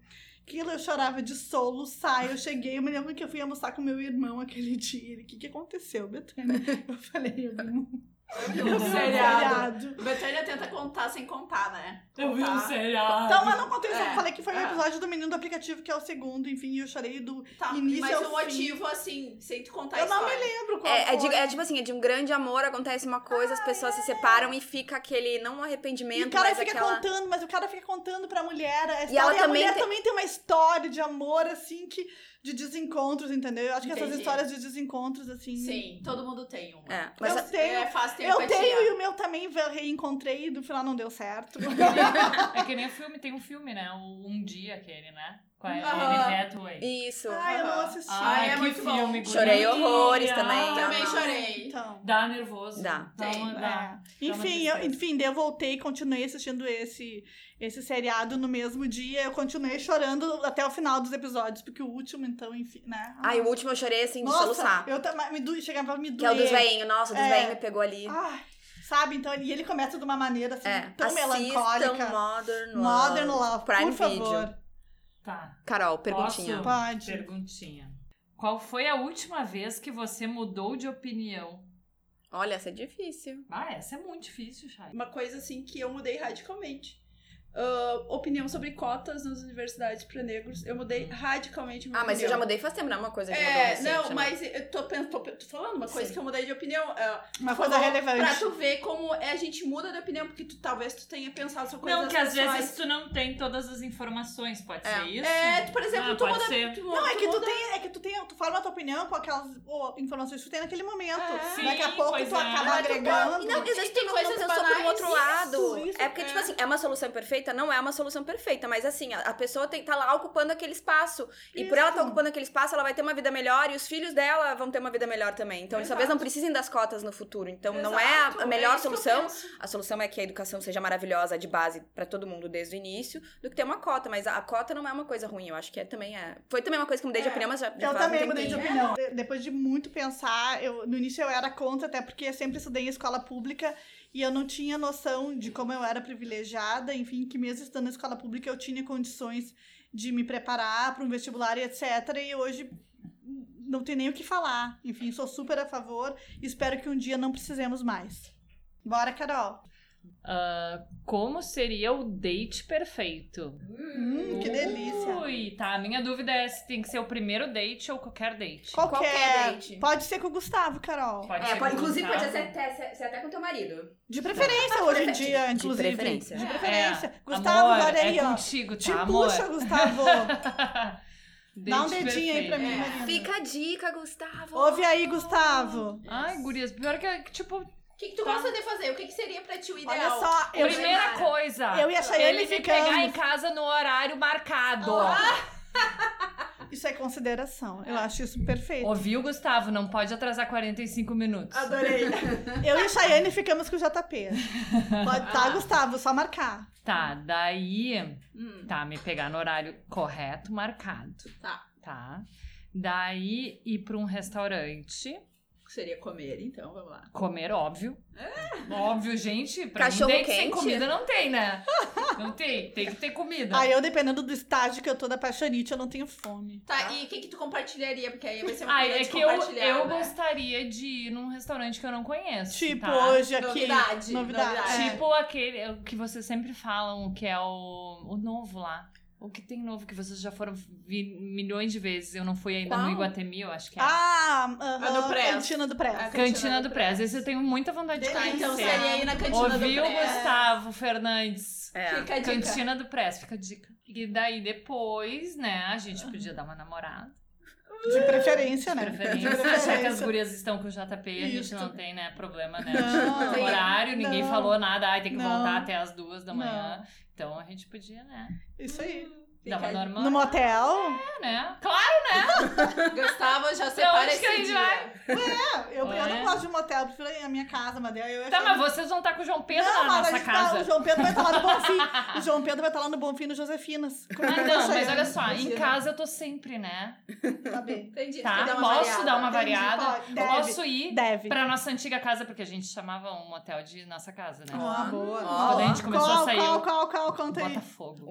D: Aquilo eu chorava de soluçar. Eu cheguei, eu me lembro que eu fui almoçar com meu irmão aquele dia. Ele, o que, que aconteceu, Betânia? Eu falei, eu vi um eu vi um
C: seriado.
D: seriado.
C: Betânia tenta contar sem contar, né?
B: Eu vi um
C: Contar.
B: seriado.
D: Então, mas não contei, eu só
C: É,
D: falei que foi o
C: é.
D: episódio do menino do aplicativo, que é o segundo, enfim, eu chorei do.
C: Tá,
D: Início
C: mas
D: ao
C: o
D: fim.
C: motivo, assim, sem tu contar a
D: eu não me
C: história.
D: lembro qual
A: Tá É, é de-
D: foi. é.
A: é tipo assim, é de um grande amor, acontece uma coisa, as pessoas se separam e fica aquele, não um
D: E
A: arrependimento,
D: o cara
A: mas
D: fica
A: aquela...
D: contando, mas o cara fica contando pra mulher. A história, e,
A: ela
D: a
A: também
D: mulher
A: tem-
D: também tem uma história de amor, assim, que. De desencontros, entendeu? Eu acho que essas
C: Entendi.
D: histórias de desencontros, assim.
C: Sim, todo mundo tem uma.
A: É, mas
D: Eu
A: a-
D: tenho-
C: É, faz tempo
D: Eu tenho e o meu também ve- reencontrei e no final não deu certo.
B: *laughs* É que nem o filme, tem um filme, né? O Um Dia, aquele, né? Com a
C: Aham.
B: Anne Hathaway.
A: Isso.
D: *laughs* Ai, eu não assisti.
B: Ai,
C: é
B: que
C: muito bom.
B: filme bonito.
A: Chorei horrores também.
C: Também
A: Ah,
C: chorei.
D: Então.
B: Dá nervoso.
A: Dá.
B: Dá uma-
C: Tem,
B: dá.
D: É. Enfim, eu, enfim, daí eu voltei e continuei assistindo esse, esse seriado no mesmo dia. Eu continuei chorando até o final dos episódios, porque o último, então, enfim, né?
A: Ai, o último eu chorei assim de
D: Nossa,
A: soluçar.
D: Eu tava- me do, chegava a me
A: Que é o
D: doer.
A: dos veinhos. Nossa, o dos
D: É.
A: veinhos me pegou ali.
D: Ai, sabe? Então, e ele começa de uma maneira assim,
A: é.
D: tão
A: Assistam
D: melancólica.
A: Modern Love.
D: Modern Love,
A: Prime
D: por favor.
B: Tá.
A: Carol, perguntinha.
B: Posso?
D: Pode.
B: Perguntinha. Qual foi a última vez que você mudou de opinião?
A: Olha, essa é difícil.
B: Ah, essa é muito difícil, Chay.
C: Uma coisa, assim, que eu mudei radicalmente. Ah, opinião sobre cotas nas universidades para negros. Eu mudei radicalmente minha
A: Hum. Ah, mas eu já
C: opinião.
A: mudei faz tempo, não é uma coisa que mudou
C: É,
A: recente,
C: não,
A: né?
C: mas eu tô, pen- tô, pen- tô falando uma coisa
A: Sim.
C: que eu mudei de opinião. ah,
D: Uma coisa
C: falou Pra
D: relevante.
C: tu ver como é, a gente muda de opinião, porque tu, talvez tu tenha pensado só coisas
B: Não, que às
C: pessoais.
B: vezes tu não tem todas as informações, pode
A: É.
B: ser isso?
C: É, tu, por exemplo,
B: Ah,
C: tu
B: pode
C: muda...
B: ser.
C: Tu,
D: Não, é que tu
C: muda-
D: tem, é que tu tem, tu forma a tua opinião com aquelas ô, informações que tu tem naquele momento.
C: É.
D: Daqui a
B: Sim,
D: pouco
B: pois
D: tu
B: é.
D: acaba
C: Mas tu
D: agregando.
A: E não, e às vezes
C: Tem
A: tu não,
C: coisas
A: não pensou por um
C: banais.
A: outro lado.
D: isso,
A: é porque,
C: é.
A: tipo assim, é uma solução perfeita? Não é uma solução perfeita, mas assim, a, a pessoa tem, tá lá ocupando aquele espaço. E por ela estar
D: Isso.
A: ocupando aquele espaço, ela vai ter uma vida melhor e os filhos dela vão ter uma vida melhor também. Então, eles talvez
C: Exato.
A: não precisem das cotas no futuro. Então, não é a-
C: Exato,
A: a
C: é
A: melhor
C: isso que eu
A: solução.
C: penso.
A: A solução é que a educação seja maravilhosa de base pra todo mundo desde o início, do que ter uma cota. Mas a, a cota não é uma coisa ruim, eu acho que é, também é. Foi também uma coisa que mudei de
C: É,
A: opinião, mas já já
D: Eu
A: faz um
D: também mudei de
A: tempinho.
D: opinião. De- Depois de muito pensar, eu, no início eu era contra, até porque eu sempre estudei em escola pública e eu não tinha noção de como eu era privilegiada, enfim, que mesmo estando na escola pública eu tinha condições de me preparar para um vestibular e etc. E hoje não tem nem o que falar. Enfim, sou super a favor e espero que um dia não precisemos mais. Bora, Carol.
B: Ah, Como seria o date perfeito?
D: Hum, que delícia.
B: Ui, tá. A minha dúvida é se tem que ser o primeiro date ou qualquer date.
D: Qualquer.
A: Qualquer date.
D: Pode ser com o Gustavo, Carol.
B: Pode
A: É,
B: ser
A: pode-
B: com
A: inclusive,
B: Gustavo.
A: pode ser até, ser- ser até com teu marido.
D: De preferência hoje em dia,
A: De
D: inclusive.
A: preferência.
D: De
B: É,
D: preferência. Gustavo,
B: amor,
D: olha aí,
B: é
D: ó.
B: contigo, tá,
D: Te
B: amor? *laughs*
D: puxa, Gustavo. Dá um
B: Date
D: dedinho aí pra mim,
B: perfeito.
C: É.
D: Marina.
A: Fica a dica, Gustavo.
D: Ouve aí, Gustavo.
B: Ai, gurias, pior que, que, tipo,
C: O que, que tu
B: Tá.
C: gosta de fazer? O que, que seria pra ti o ideal?
D: Olha só, eu,
B: primeira
C: Mara.
B: coisa.
D: eu e a
B: ele
D: Chayane
B: me
D: ficamos.
B: pegar em casa no horário marcado.
D: Ah, Isso é consideração. Eu acho isso perfeito.
B: Ouviu, Gustavo? Não pode atrasar 45 minutos.
C: Adorei.
D: *laughs* Eu e a Chayane ficamos com o JP. Pode, tá, Gustavo, só marcar.
B: Tá, daí.
C: Hum.
B: Tá, me pegar no horário correto, marcado.
C: Tá.
B: Tá. Daí ir pra um restaurante.
C: Seria comer, então, vamos lá.
B: Comer, óbvio. Óbvio, gente. Pra
A: Cachorro
B: mim, date sem
A: quente.
B: comida não tem, né? Não tem. Tem que ter comida.
D: Aí eu, dependendo do estágio que eu tô da paixonite, eu não tenho fome.
C: Tá, e o que, que tu compartilharia? Porque aí vai ser uma
B: Ah,
C: coisa
B: é
C: de
B: que eu,
C: compartilhar,
B: eu
C: né?
B: gostaria de ir num restaurante que eu não conheço.
D: Tipo,
B: tá?
D: hoje aqui.
C: Novidade, novidade.
D: Novidade.
B: Tipo aquele o que vocês sempre falam, que é o, o novo lá. O que tem novo que vocês já foram vi milhões de vezes. Eu não fui ainda
A: Qual?
B: no Iguatemi, eu acho que é.
D: Ah, aham,
C: A do Press.
D: cantina do
C: A
D: Press.
B: Cantina, do Prez. Esse eu tenho muita vontade de
C: Tá,
B: conhecer.
C: então seria aí na cantina
B: Ouviu,
C: do Pré.
B: Gustavo Fernandes?
A: É.
C: Fica a dica.
B: Cantina do Press, fica a dica. E daí depois, né, a gente podia dar uma namorada.
D: De preferência, né? *laughs*
B: Preferência.
D: De
B: Já que as
D: preferência.
B: gurias estão com o JP, a gente
D: Isso.
B: não tem, né, problema, né?
D: Não,
B: de horário, ninguém
D: não.
B: falou nada. Ai, tem que
D: Não.
B: voltar até as duas da
D: Não.
B: manhã. Então a gente podia, né?
D: Isso aí.
B: Dar uma
C: Fica-
B: normal.
D: No motel?
B: É, né? Claro,
C: Gustavo, já
B: pra
C: separa
B: onde
C: esse
B: que a gente
C: dia.
B: vai?
D: É, eu, eu
B: É.
D: não gosto de motel, eu prefiro ir à minha casa, mas daí eu ia
B: Tá,
D: achar-
B: mas vocês vão estar com o João Pedro
D: não,
B: na
D: mas a
B: nossa
D: gente tá- o
B: casa.
D: João Pedro vai estar lá no
B: *laughs*
D: Bonfim. O João Pedro vai estar lá no Bonfim no Josefinas. Como é que
B: Ah,
D: eu
B: não,
D: vou
B: mas
D: sair?
B: olha só, em
D: Imagina.
B: casa eu tô sempre, né?
D: Sabe?
A: Entendi.
B: Tá?
A: Você dá uma
B: Posso
A: variada.
B: dar uma variada?
D: Entendi, pode.
B: Eu
D: Deve.
B: Posso ir
D: Deve.
B: pra nossa antiga casa, porque a gente chamava um motel de nossa casa, né?
A: Ó,
D: Ah, boa.
A: ó.
B: Quando a gente começou
D: qual,
B: a sair,
D: Qual,
B: eu-
D: qual, qual, conta aí.
B: Botafogo.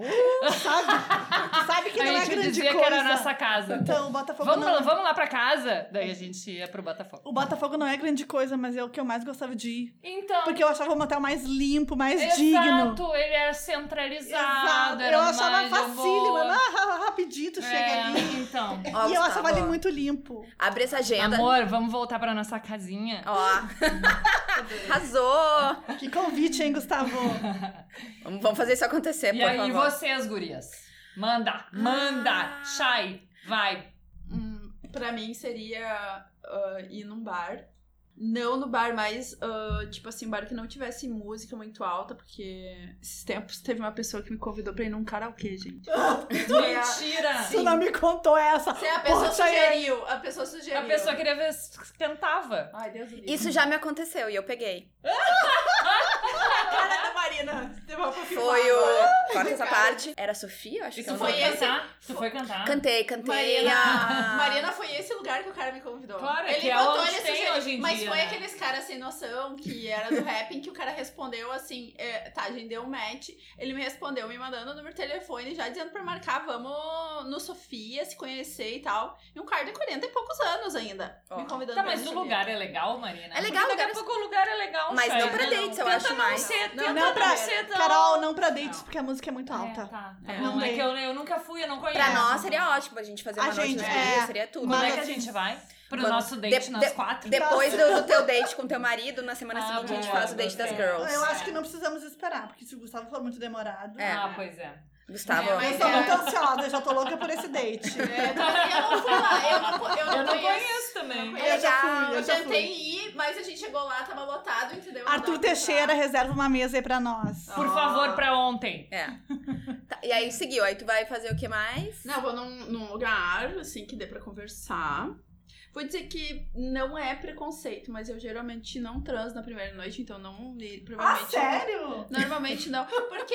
D: Sabe? Tu Sabe Uh, que
B: a
D: não é
B: gente
D: grande
B: dizia
D: coisa.
B: que era a nossa casa.
D: Então, o Botafogo
B: Vamos,
D: não...
B: lá- vamos lá pra casa? Daí a gente ia pro Botafogo.
D: O Botafogo não é grande coisa, mas é o que eu mais gostava de ir.
B: Então,
D: Porque eu achava o motel mais limpo, mais
B: exato,
D: digno.
B: ele era centralizado. Era
D: Eu
B: uma
D: achava
B: área
D: facílimo.
B: boa.
D: Ah, ah, ah, rapidinho, tu chega
B: É,
D: ali.
B: Então,
A: Ó,
D: E eu
A: Gustavo,
D: achava ele
A: ó.
D: muito limpo.
A: Abre essa agenda.
B: amor, vamos voltar pra nossa casinha.
D: *laughs*
A: Ó. Arrasou!
D: Que convite, hein,
B: *laughs*
D: Gustavo?
A: Vamos vamos fazer isso acontecer,
B: e
A: por
B: aí,
A: favor.
B: vocês, gurias? Manda, manda,
A: Ah.
B: chai, vai.
C: Hum, pra mim seria ah, ir num bar. Não no bar, mas ah, tipo assim, um bar que não tivesse música muito alta, porque esses tempos teve uma pessoa que me convidou pra ir num karaokê, *laughs* gente. é a-
B: Mentira!
D: Tu não me contou essa.
B: é
C: Se a pessoa
D: Poxa,
C: sugeriu, a pessoa sugeriu.
B: A pessoa queria ver se cantava.
C: Ai, Deus do livro.
A: Isso já me aconteceu e eu peguei.
C: a cara da é Marina. Deu uma confirmada.
A: Foi o. Corta essa
C: Cara.
A: parte. Era a Sofia, acho que
B: Isso
A: eu
C: Então
B: foi
C: não-
B: cantar? Tu foi cantar?
A: Cantei, cantei. Ah.
C: Marina,
A: a-
C: Marina foi esse lugar que o cara me convidou.
B: Claro,
C: ele
B: que é
C: botou
B: onde
C: ele
B: tem
C: sugeriu,
B: hoje em
C: Mas
B: dia,
C: foi
B: né?
C: aqueles caras sem noção que era do rapping que o cara respondeu assim: é, tá, a gente deu um match. Ele me respondeu me mandando o número de telefone, já dizendo pra marcar, vamos no Sofia se conhecer e tal. E um cara de 40 e poucos anos ainda.
A: Ó.
C: Me convidando
B: Tá,
C: pra ir
B: mas
C: no
B: o
C: Sofia.
B: lugar é legal, Marina?
A: É legal,
B: Porque daqui
A: lugares-
B: a pouco o lugar é legal,
A: Mas
B: chai.
A: não pra
C: não, não.
A: dates, eu
B: Tenta
A: acho
B: não
A: mais.
B: ser,
C: Não,
B: tenta
C: não
B: não,
D: pra-
B: ser tão-
D: Carol, não pra dates,
B: Não.
D: porque a música é muito
B: É,
D: alta.
B: tá.
C: É,
B: Não,
D: não
B: é
D: dei.
B: que eu, eu nunca fui, eu não conheço.
A: Pra nós seria ótimo a gente fazer
D: A
A: uma noite
D: gente,
A: de
D: é.
A: bebida, seria tudo.
B: Quando é que a
D: Mas- assim,
B: gente vai? Pro
A: Quando-
B: nosso date
A: de-
B: nas
A: de-
B: quatro?
A: Depois do, do teu date com teu marido, na semana
B: Ah,
A: seguinte a gente
B: boa,
A: faz o date das
B: gostei.
A: girls.
D: Eu acho que não precisamos esperar, porque se o Gustavo for muito demorado.
A: É.
B: Ah, pois é.
A: Gustavo,
C: É,
D: Eu
C: mas
D: tô
C: é-
D: muito ansiosa, eu já tô louca por
B: *laughs*
D: esse date.
C: É, tá, eu não fui lá, eu não, co- eu não
B: Eu não
C: conheço.
B: conheço também.
A: é
D: Eu já fui,
A: legal.
D: eu
C: Eu
D: já fui.
C: tentei ir, mas a gente chegou lá, tava lotado, entendeu? Não dava
D: Arthur
C: pra
D: Teixeira,
C: entrar.
D: reserva uma mesa aí pra nós.
C: Ah.
B: Por favor, pra
C: *laughs*
B: ontem.
A: é. Tá, e aí seguiu, aí tu vai fazer o que mais?
C: Não, vou num, num lugar, assim, que dê pra conversar. Vou dizer que não é preconceito, mas eu geralmente não transo na primeira noite, então não. e Provavelmente.
D: Ah, sério?
C: Normalmente não. Porque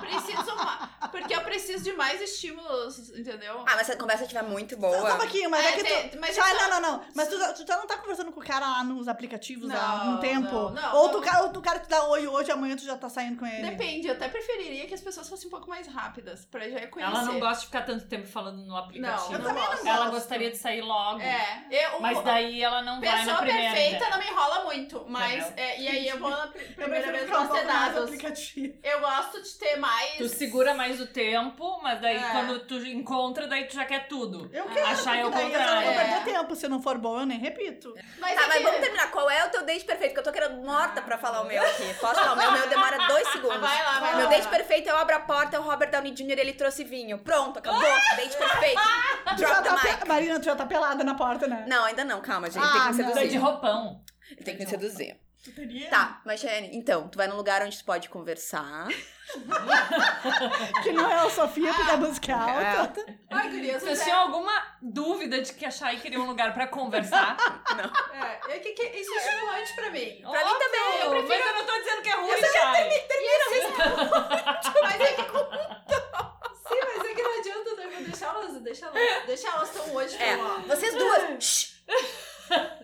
C: preciso ma- Porque eu preciso de mais estímulos, entendeu?
A: Ah, mas se a conversa estiver muito boa.
D: Só um pouquinho, mas é,
C: É,
D: que
C: tem-
D: tu.
C: mas
D: já,
C: isso-
D: não, não, não. Mas tu, já- tu já não tá conversando com o cara lá nos aplicativos há
C: Não,
D: algum tempo?
C: não, não.
D: ou, tu, ca- ou tu cara te dá oi hoje, amanhã tu já tá saindo com ele.
C: Depende, eu até preferiria que as pessoas fossem um pouco mais rápidas, pra já conhecer.
B: Ela não gosta de ficar tanto tempo falando no
C: Não,
B: aplicativo.
C: eu também não
B: Ela
D: gosto.
B: gostaria de sair logo.
C: É, eu.
B: Mas daí ela não vai na
C: Pessoa
B: primeira.
C: perfeita não me enrola muito, mas.
B: Entendeu?
C: é, e aí eu vou na pr-
D: Eu
C: primeira
D: prefiro
C: vez
D: ficar um pouco
C: com
D: mais no
C: dados.
D: aplicativo.
C: Eu gosto de ter mais.
B: Tu segura mais o tempo, mas daí
C: É.
B: quando tu encontra, daí tu já quer tudo.
D: Eu
C: Ah,
D: quero.
B: achar é o
D: porque daí Eu só não vou
C: contrário.
D: perder tempo. Se não for bom, eu nem
C: *laughs*
D: repito.
C: Mas,
A: Tá,
C: é
A: mas
C: que-
A: vamos terminar. Qual é o teu date perfeito? Que eu tô querendo morta pra falar o meu aqui. Posso falar o meu? O meu demora dois segundos.
C: Vai lá, vai lá.
A: meu
C: vai
A: date
C: lá.
A: perfeito, eu abro a porta, é o Robert Downey Jr. ele trouxe vinho. Pronto, acabou. date
D: *laughs*
A: perfeito.
D: Tu Ah! já
A: Drop the
D: tá pe-
A: mic.
D: Marina, tu já tá pelada na porta, né?
A: Não, ainda não, calma, gente.
D: Ah,
A: tem que me
D: não.
B: Daí de
A: seduzir.
B: roupão.
A: Tem que me seduzir.
D: Tu teria?
A: Tá, mas Shane, então, tu vai num lugar onde tu pode conversar.
D: Que não é a Sofia, porque
C: Ah,
D: a música é alta.
C: Ai, gurias,
B: Vocês
C: é-
B: tinham alguma dúvida de que a Chay queria um lugar pra conversar?
C: é, é que- que- isso é estimulante pra mim.
A: Pra mim também, eu
B: Mas eu não tô dizendo que é ruim, Chay.
C: Mas é que como Sim, mas é que não adianta, né? Eu vou deixar elas, deixa elas, deixa elas tão hoje
A: É,
C: pra lá.
A: vocês duas. Shh,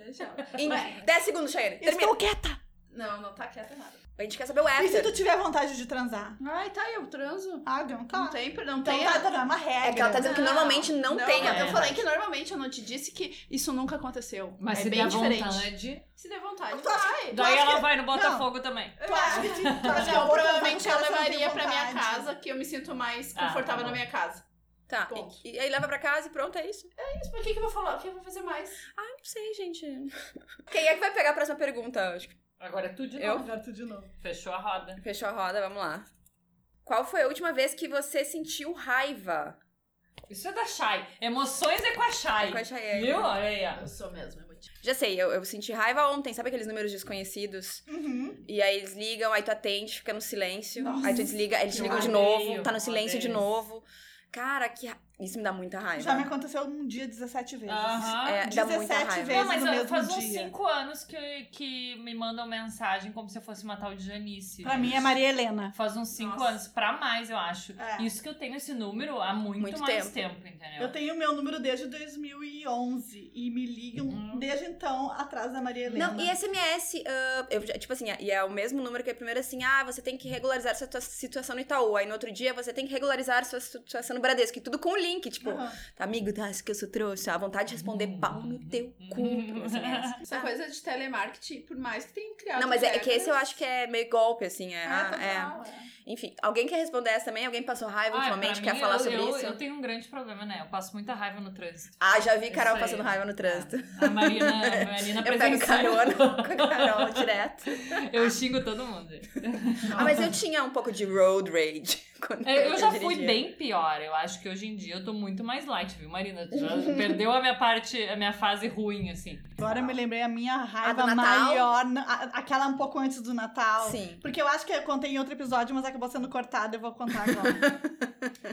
C: Deixa elas.
A: em 10 segundos, Shane. Termina.
D: Estou quieta.
C: Não, não tá quieta nada.
A: A gente quer saber o
D: E se
A: after.
D: tu tiver vontade de transar?
C: Ai, tá, eu transo.
D: Ah, não tá.
C: Não tem, não
D: Então
C: tem.
D: tá, tá, não é uma regra.
A: É que ela tá dizendo que normalmente não, tem.
B: mas
A: a-
C: Eu
B: É.
C: falei que normalmente eu não te disse que isso nunca aconteceu.
B: Mas
C: é
B: se
C: bem
B: der
C: diferente. assim,
B: vontade,
C: Se der vontade,
D: Tu acha
C: vai.
B: daí
D: acha
B: ela
D: que-
B: vai no Botafogo também.
D: Tu acha que, é tu acha que
C: Não,
D: eu vou
C: provavelmente
D: transar com
C: eu
D: o cara se não tem
C: levaria pra minha
D: vontade?
C: casa, que eu me sinto mais
B: Ah, tá bom.
C: confortável na minha casa.
A: Tá,
C: Ponto.
A: e, e aí leva pra casa e pronto, é isso?
C: Mas por que, que eu vou falar? O que eu vou fazer mais?
A: Ah, não sei, gente. *laughs* Quem é que vai pegar a próxima pergunta? Acho que
B: Agora é tu de
A: Eu?
B: novo.
D: Agora tu de novo.
B: Fechou a roda.
A: Fechou a roda, vamos lá. Qual foi a última vez que você sentiu raiva?
B: Isso é da Chay. Emoções é com a Chay.
A: Com a Chayenne.
B: Viu? Olha aí. ó.
C: Eu sou mesmo, é eu vou te...
A: Já sei, eu, eu senti raiva ontem, sabe aqueles números desconhecidos?
D: Uhum.
A: E aí eles ligam, aí tu atende, fica no silêncio.
D: Nossa.
A: aí tu desliga, aí eles
B: Eu
A: ligam de
B: odeio,
A: novo, tá no silêncio de
B: odeio.
A: novo. Cara, que. ra- Isso me dá muita raiva.
D: Já me aconteceu um dia 17 vezes.
B: Aham.
A: É, dá muita
D: 17
A: raiva.
D: vezes
B: Não, mas
D: no
B: ó,
D: mesmo
B: faz uns
D: dia.
B: 5 anos que, que me mandam mensagem como se eu fosse matar o Janice.
D: Pra mim é Maria Helena.
B: Faz uns 5
C: Nossa.
B: anos, pra mais, eu acho.
D: É.
B: Isso que eu tenho esse número há muito,
A: Muito
B: mais tempo,
A: É.
B: entendeu?
D: Eu tenho o meu número desde 2011 e me ligam
B: Hum.
A: Uhum.
D: desde então atrás da Maria Helena.
A: Não, e SMS, ah, eu, já- tipo assim, e é o mesmo número que a primeira, assim, ah, você tem que regularizar sua tua situação no Itaú. Aí no outro dia, você tem que regularizar sua situação no Bradesco. E tudo com o link, tipo,
D: Aham.
A: tá, amigo, tá, isso que eu sou trouxa. A vontade de responder pau no teu cu. né? no SMS.
C: Essa coisa de telemarketing, por mais que tenha criado.
A: Não, mas é, é que
C: regras,
A: esse eu acho que é meio golpe, assim, é.
C: É,
A: ah, é.
C: total, é.
A: Enfim, alguém quer responder essa também? Alguém passou raiva
B: Ah,
A: ultimamente?
B: pra
A: Quer
B: mim,
A: falar
B: eu-
A: sobre
B: eu-
A: isso?
B: Eu tenho um grande problema, né? Eu passo muita raiva no trânsito.
A: Ah, já vi Carol
B: Isso aí.
A: passando raiva no trânsito.
B: A Marina,
D: *laughs*
B: a Marina
A: Eu pego
B: presenciou.
A: carona com a Carol direto.
B: Eu xingo todo mundo.
A: Ah, mas eu tinha um pouco de road rage. *laughs* quando
B: É, Eu, eu já fui
A: dirigia.
B: bem pior. Eu acho que hoje em dia eu tô muito mais light, viu, Marina?
D: *laughs*
B: Tu Já perdeu a minha parte, a minha fase ruim, assim.
D: Agora eu me lembrei a minha raiva
A: A do Natal?
D: maior, na- a- aquela um pouco antes do Natal.
A: Sim.
D: Porque eu acho que eu contei em outro episódio, mas acabou sendo cortada, eu vou contar
A: *laughs*
D: agora.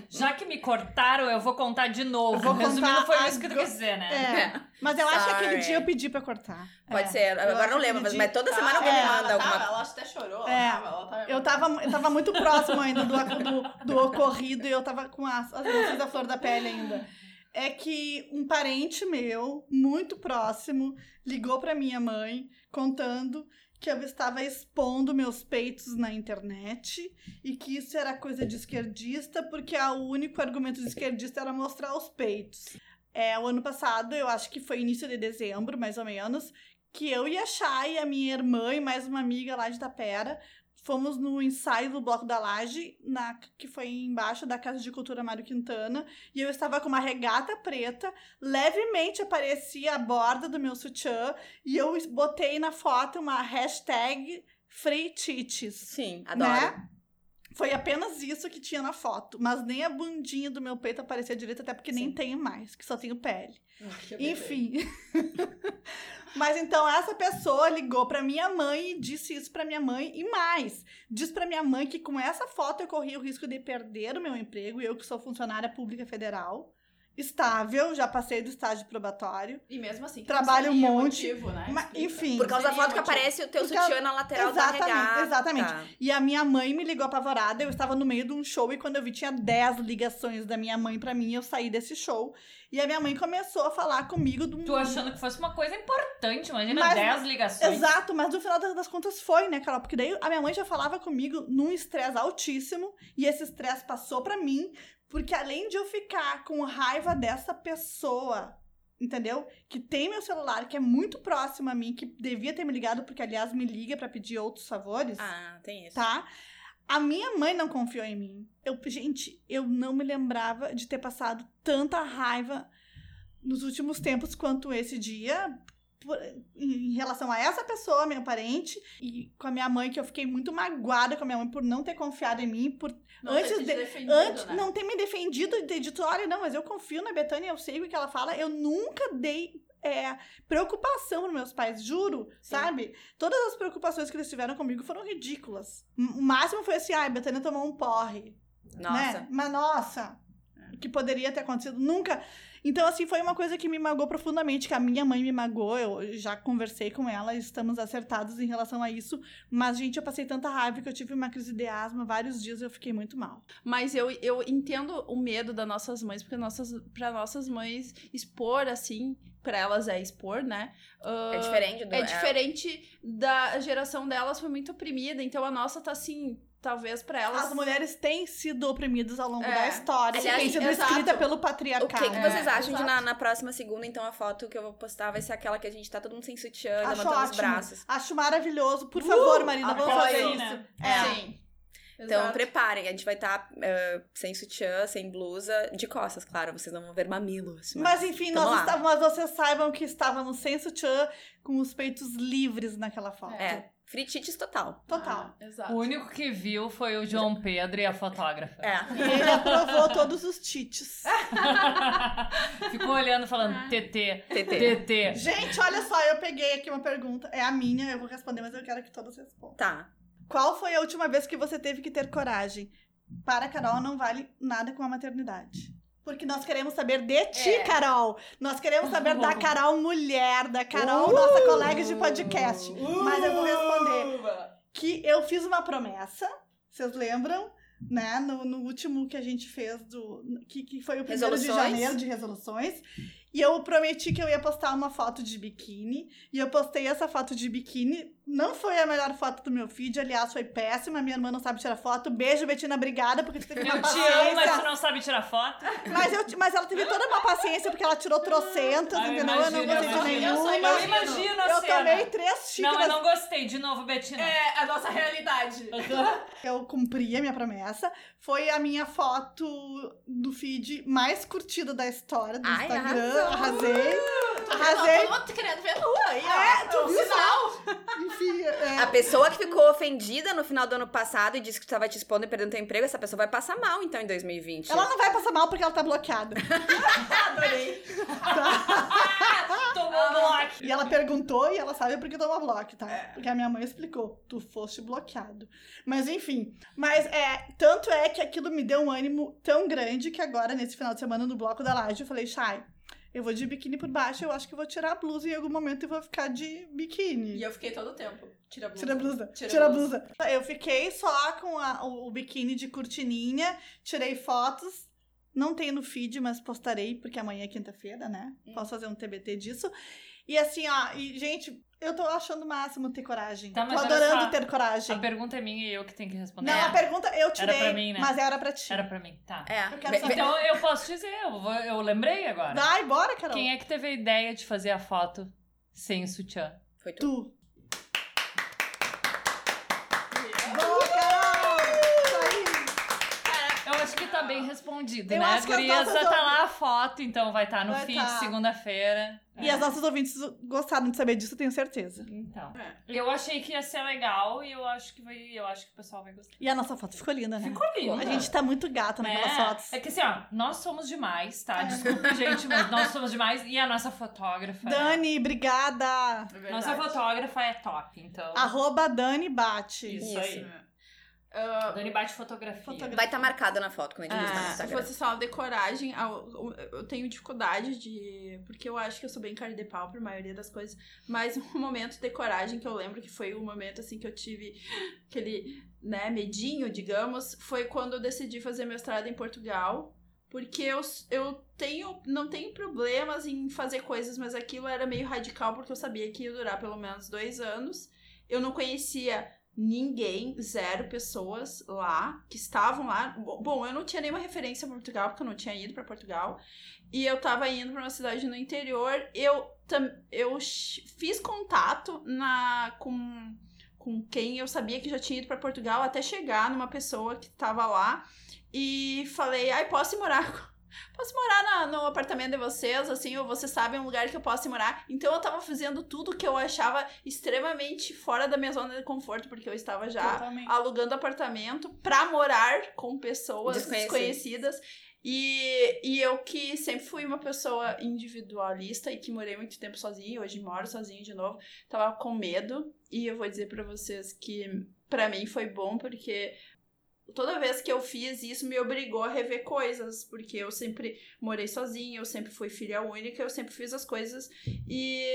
B: Já que me cortaram, eu vou contar de novo.
D: Eu vou
B: Resumindo,
D: contar
B: foi
D: a
B: isso que tu
D: go-
B: quis dizer, né?
D: é. Mas eu acho que aquele
A: Sorry.
D: dia eu pedi pra cortar.
A: Pode
D: É.
A: ser,
D: Eu
A: agora
D: acho
A: não lembro,
D: que
A: mas,
D: de-
A: mas toda semana
D: Ah,
A: alguém
D: é,
A: me manda
C: Tá, ela,
A: alguma
C: tava, ela acho que até chorou.
D: É.
C: Ela tava, ela tava,
D: Eu tava, eu tava muito próximo ainda do, do, do ocorrido e eu tava com as, as emoções da flor da pele ainda. É que um parente meu, muito próximo, ligou pra minha mãe contando que eu estava expondo meus peitos na internet e que isso era coisa de esquerdista, porque a- o único argumento de esquerdista era mostrar os peitos. É, o ano passado, eu acho que foi início de dezembro, mais ou menos, que eu e a Chay, a minha irmã e mais uma amiga lá de Tapera, Fomos no ensaio do Bloco da Laje, na, que foi embaixo da Casa de Cultura Mário Quintana, e eu estava com uma regata preta, levemente aparecia a borda do meu sutiã, e eu es- botei na foto uma hashtag Free Tits,
A: Sim, adoro.
D: né? Foi apenas isso que tinha na foto, mas nem a bundinha do meu peito aparecia direito, até porque nem
A: Sim.
D: tenho mais, que só tenho pele.
C: Ai, que bebê.
D: Enfim. *laughs* Mas então essa pessoa ligou pra minha mãe e disse isso pra minha mãe e mais, diz pra minha mãe que com essa foto eu corria o risco de perder o meu emprego, eu que sou funcionária pública federal, estável, já passei do estágio probatório.
C: E mesmo assim, que
D: Trabalho
C: não
D: um
C: seria
D: monte,
C: motivo, né?
D: mas,
C: Explica.
D: enfim.
A: Por causa da
C: Seria
A: foto que
C: motivo.
A: aparece o teu
D: Por causa-
A: sutiã na lateral da
D: Exatamente,
A: regata.
D: exatamente. E a minha mãe me ligou apavorada. Eu estava no meio de um show e quando eu vi tinha 10 ligações da minha mãe pra mim, eu saí desse show. E a minha mãe começou a falar comigo de um
B: Tu achando que fosse uma coisa importante, imagina
D: Mas-
B: 10 ligações.
D: Exato, mas no final das das contas foi, né, Carol? Porque daí a minha mãe já falava comigo num estresse altíssimo e esse estresse passou pra mim, porque além de eu ficar com raiva dessa pessoa, entendeu? Que tem meu celular, que é muito próximo a mim, que devia ter me ligado, porque aliás me liga pra pedir outros favores,
A: Ah, tem isso.
D: tá? A minha mãe não confiou em mim. Eu, gente, eu não me lembrava de ter passado tanta raiva nos últimos tempos quanto esse dia por- em relação a essa pessoa, meu parente, e com a minha mãe, que eu fiquei muito magoada com a minha mãe por não ter confiado em mim, por
C: Não
D: Antes
C: ter se
D: de-
C: defendido,
D: antes
C: né?
D: não ter me defendido e ter dito, olha, não, mas eu confio na Betânia, eu sei o que ela fala, eu nunca dei é, preocupação pros meus pais, juro, sabe? Todas as preocupações que eles tiveram comigo foram ridículas. O máximo foi assim, ai, a Betânia tomou um porre,
A: Nossa.
D: né? Mas nossa,
C: É.
D: o que poderia ter acontecido nunca. Então, assim, foi uma coisa que me magoou profundamente, que a minha mãe me magoou, eu já conversei com ela, estamos acertados em relação a isso, mas, gente, eu passei tanta raiva que eu tive uma crise de asma, vários dias eu fiquei muito mal.
C: Mas eu, eu entendo o medo das nossas mães, porque nossas, pra nossas mães expor assim, pra elas é expor, né? Ah,
A: É diferente do.
C: É diferente da geração delas, foi muito oprimida, então a nossa tá assim, talvez pra elas.
D: As mulheres têm sido oprimidas ao longo
C: É.
D: da história,
A: Aliás,
D: tem sido
C: exato.
D: escrita pelo
A: O que,
D: patriarcado.
A: que vocês
C: É,
A: acham de na,
C: exato.
A: na próxima segunda, então, a foto que eu vou postar vai ser aquela que a gente tá todo mundo sem sutiã,
D: Acho
A: levantando os
D: ótimo.
A: braços.
D: Acho maravilhoso.
A: Uh,
D: Por favor, Marina, vamos
B: apoio,
D: fazer isso.
B: né?
D: É.
C: Sim.
A: Então,
C: Exato.
A: preparem, a gente vai estar sem sutiã, sem blusa, de costas, claro, vocês não vão ver assim. mamilos.
D: Mas enfim,
A: Tamo
D: nós
A: Então, lá.
D: estávamos, mas vocês saibam que estávamos sem sutiã, com os peitos livres naquela foto.
A: É, fritites total.
D: Total.
C: Ah, exato.
B: O único que viu foi o João Pedro e a fotógrafa.
A: É.
D: E ele aprovou todos os tites.
B: Ficou olhando,
D: Ah.
B: falando, TT,
A: TT.
D: *laughs*
B: TT.
D: Gente, olha só, eu peguei aqui uma pergunta. É a minha, eu vou responder, mas eu quero que todas respondam.
A: Tá.
D: Qual foi a última vez que você teve que ter coragem? para a Carol não vale nada com a maternidade. Porque nós queremos saber de ti,
C: É.
D: Carol. Nós queremos saber da Carol mulher, da Carol, nossa colega de podcast. Mas eu vou responder que eu fiz uma promessa, vocês lembram? Né, no, no último que a gente fez do. Que, que foi o primeiro de
A: Resoluções.
D: janeiro de resoluções. E eu prometi que eu ia postar uma foto de biquíni. E eu postei essa foto de biquíni. Não foi a melhor foto do meu feed, aliás, foi péssima. Minha irmã não sabe tirar foto. Beijo, Betina, obrigada, porque tu teve uma
B: Eu te
D: paciência.
B: amo, mas tu não sabe tirar foto.
D: Mas, eu, mas ela teve toda uma paciência, porque ela tirou trocentas,
B: Ai,
D: entendeu? eu
B: imagina,
D: não gostei de
B: imagina.
C: Eu só
D: nenhuma.
B: Eu
C: imagino.
B: imagino a
D: Eu
B: cena.
D: tomei três
B: Não,
D: xícaras
B: eu não gostei. De novo, Betina.
C: É a nossa realidade.
D: eu cumpri a minha promessa. Foi a minha foto do feed mais curtida da história do
A: Ai,
D: Instagram.
A: arrasou.
D: Arrasei. Arrasei.
C: Todo mundo querendo ver lua aí, ó.
D: É, tu
C: É um
D: viu
C: sinal.
D: Enfim, é,
A: A pessoa que ficou ofendida no final do ano passado e disse que estava te expondo e perdendo teu emprego, essa pessoa vai passar mal, então, em 2020.
D: ela não vai passar mal porque ela tá bloqueada.
B: *laughs*
D: Tá?
C: Adorei.
B: Tomou um
D: Ah.
B: bloco.
D: E ela perguntou e ela sabe porque toma bloco, tá? Porque a minha mãe explicou. Tu foste bloqueado. Mas enfim. Mas é, tanto é que aquilo me deu um ânimo tão grande que agora, nesse final de semana, no bloco da laje, eu falei, Shai, eu vou de biquíni por baixo, eu acho que eu vou tirar a blusa em algum momento e vou ficar de biquíni.
C: E eu fiquei todo o tempo. Tira a blusa.
D: Tira a blusa,
C: Tira
D: tira,
C: a
D: a blusa. Eu fiquei só com a- o, o biquíni de cortininha, tirei fotos. Não tem no feed, mas postarei, porque amanhã é quinta-feira, né?
B: Hum.
D: Posso fazer um TBT disso. E assim, ó, e, gente, eu tô achando o máximo ter coragem.
B: Tá, mas
D: tô
B: olha
D: adorando
B: só.
D: ter
B: A
D: coragem.
B: pergunta é minha e eu que tenho que responder.
D: Não, a pergunta eu tirei,
B: pra mim, né?
D: mas era pra ti.
B: Era pra mim, tá.
A: É.
D: Eu quero saber.
B: Então eu posso dizer, eu, vou- eu lembrei agora.
D: Vai, bora, Carol.
B: Quem é que teve a ideia de fazer a foto sem o sutiã?
A: Foi tu.
D: Tu. Boa, Carol! Isso aí.
B: Eu acho que tá bem respondido,
D: Ah. Eu
B: né?
D: acho que as
B: Gurias,
D: nossas
B: já tá
D: outras-
B: lá a foto, então vai estar no
D: Vai
B: feed
D: tá.
B: segunda-feira.
D: E
B: É.
D: as nossas ouvintes gostaram de saber disso, eu tenho certeza.
B: Então.
C: É.
B: Eu achei que ia ser legal e eu acho que vai. Eu acho que o pessoal vai gostar.
D: E a nossa foto ficou linda, né?
B: linda.
D: A gente tá muito gata naquelas fotos.
B: É que assim, ó, nós somos demais, tá? Desculpa, gente, mas nós somos demais. E a nossa fotógrafa.
D: Dani, obrigada!
C: É
B: Né?
C: verdade.
B: Nossa fotógrafa é top, então.
D: Arroba Dani Bate.
B: Isso, aí.
C: Ah,
B: Dani bate fotografia.
D: Fotogra-
A: Vai estar marcada na foto, como é a gente disse lá no
C: Ah, se
A: Instagram.
C: fosse só decoragem, ah, eu- eu eu tenho dificuldade de. Porque eu acho que eu sou bem cara de pau pra maioria das coisas. Mas *laughs* um momento de coragem que eu lembro que foi o momento assim que eu tive aquele né, medinho, digamos, foi quando eu decidi fazer mestrado em Portugal. Porque eu, s- eu tenho, não tenho problemas em fazer coisas, mas aquilo era meio radical, porque eu sabia que ia durar pelo menos dois anos. Eu não conhecia ninguém, zero pessoas lá que estavam lá. Bo- Bom, eu não tinha nenhuma referência para Portugal, porque eu não tinha ido para Portugal. E eu tava indo para uma cidade no interior. Eu, tam- eu ch- fiz contato na com com quem eu sabia que já tinha ido para Portugal até chegar numa pessoa que tava lá e falei: "Ai, posso ir morar com- *laughs* Posso morar na- no apartamento de vocês, assim, ou vocês sabem um lugar que eu posso ir morar. Então eu tava fazendo tudo que eu achava extremamente fora da minha zona de conforto, porque eu estava já
D: Totalmente.
C: alugando apartamento pra morar com pessoas
A: Desconhecidas.
C: desconhecidas. E, e eu que sempre fui uma pessoa individualista e que morei muito tempo sozinha, hoje moro sozinha de novo, tava com medo. E eu vou dizer pra vocês que pra mim foi bom, porque toda vez que eu fiz isso me obrigou a rever coisas, porque eu sempre morei sozinha, eu sempre fui filha única, eu sempre fiz as coisas e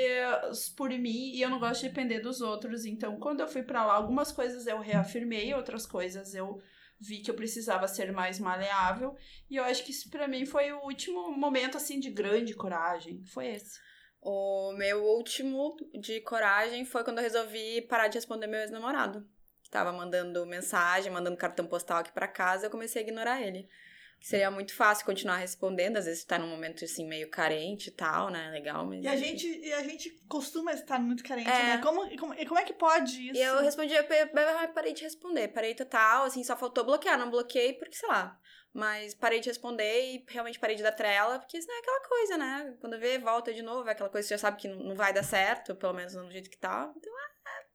C: por mim e eu não gosto de depender dos outros. Então, quando eu fui pra lá, algumas coisas eu reafirmei, outras coisas eu vi que eu precisava ser mais maleável, e eu acho que isso pra mim foi o último momento assim de grande coragem, foi esse.
A: O meu último de coragem foi quando eu resolvi parar de responder meu ex-namorado. Tava mandando mensagem, mandando cartão postal aqui pra casa, eu comecei a ignorar ele. Seria muito fácil continuar respondendo, às vezes tu tá num momento assim meio carente e tal, né? Legal, mas.
D: E a gente, e a gente costuma estar muito carente,
A: É.
D: né? Como, e como, e como é que pode isso?
A: E eu respondi, eu pe- pe- parei de responder, parei total, assim, só faltou bloquear, não bloqueei porque, sei lá. Mas parei de responder e realmente parei de dar trela, porque isso não é aquela coisa, né? Quando vê, volta de novo, é aquela coisa que você já sabe que não- não vai dar certo, pelo menos no jeito que tá. Então,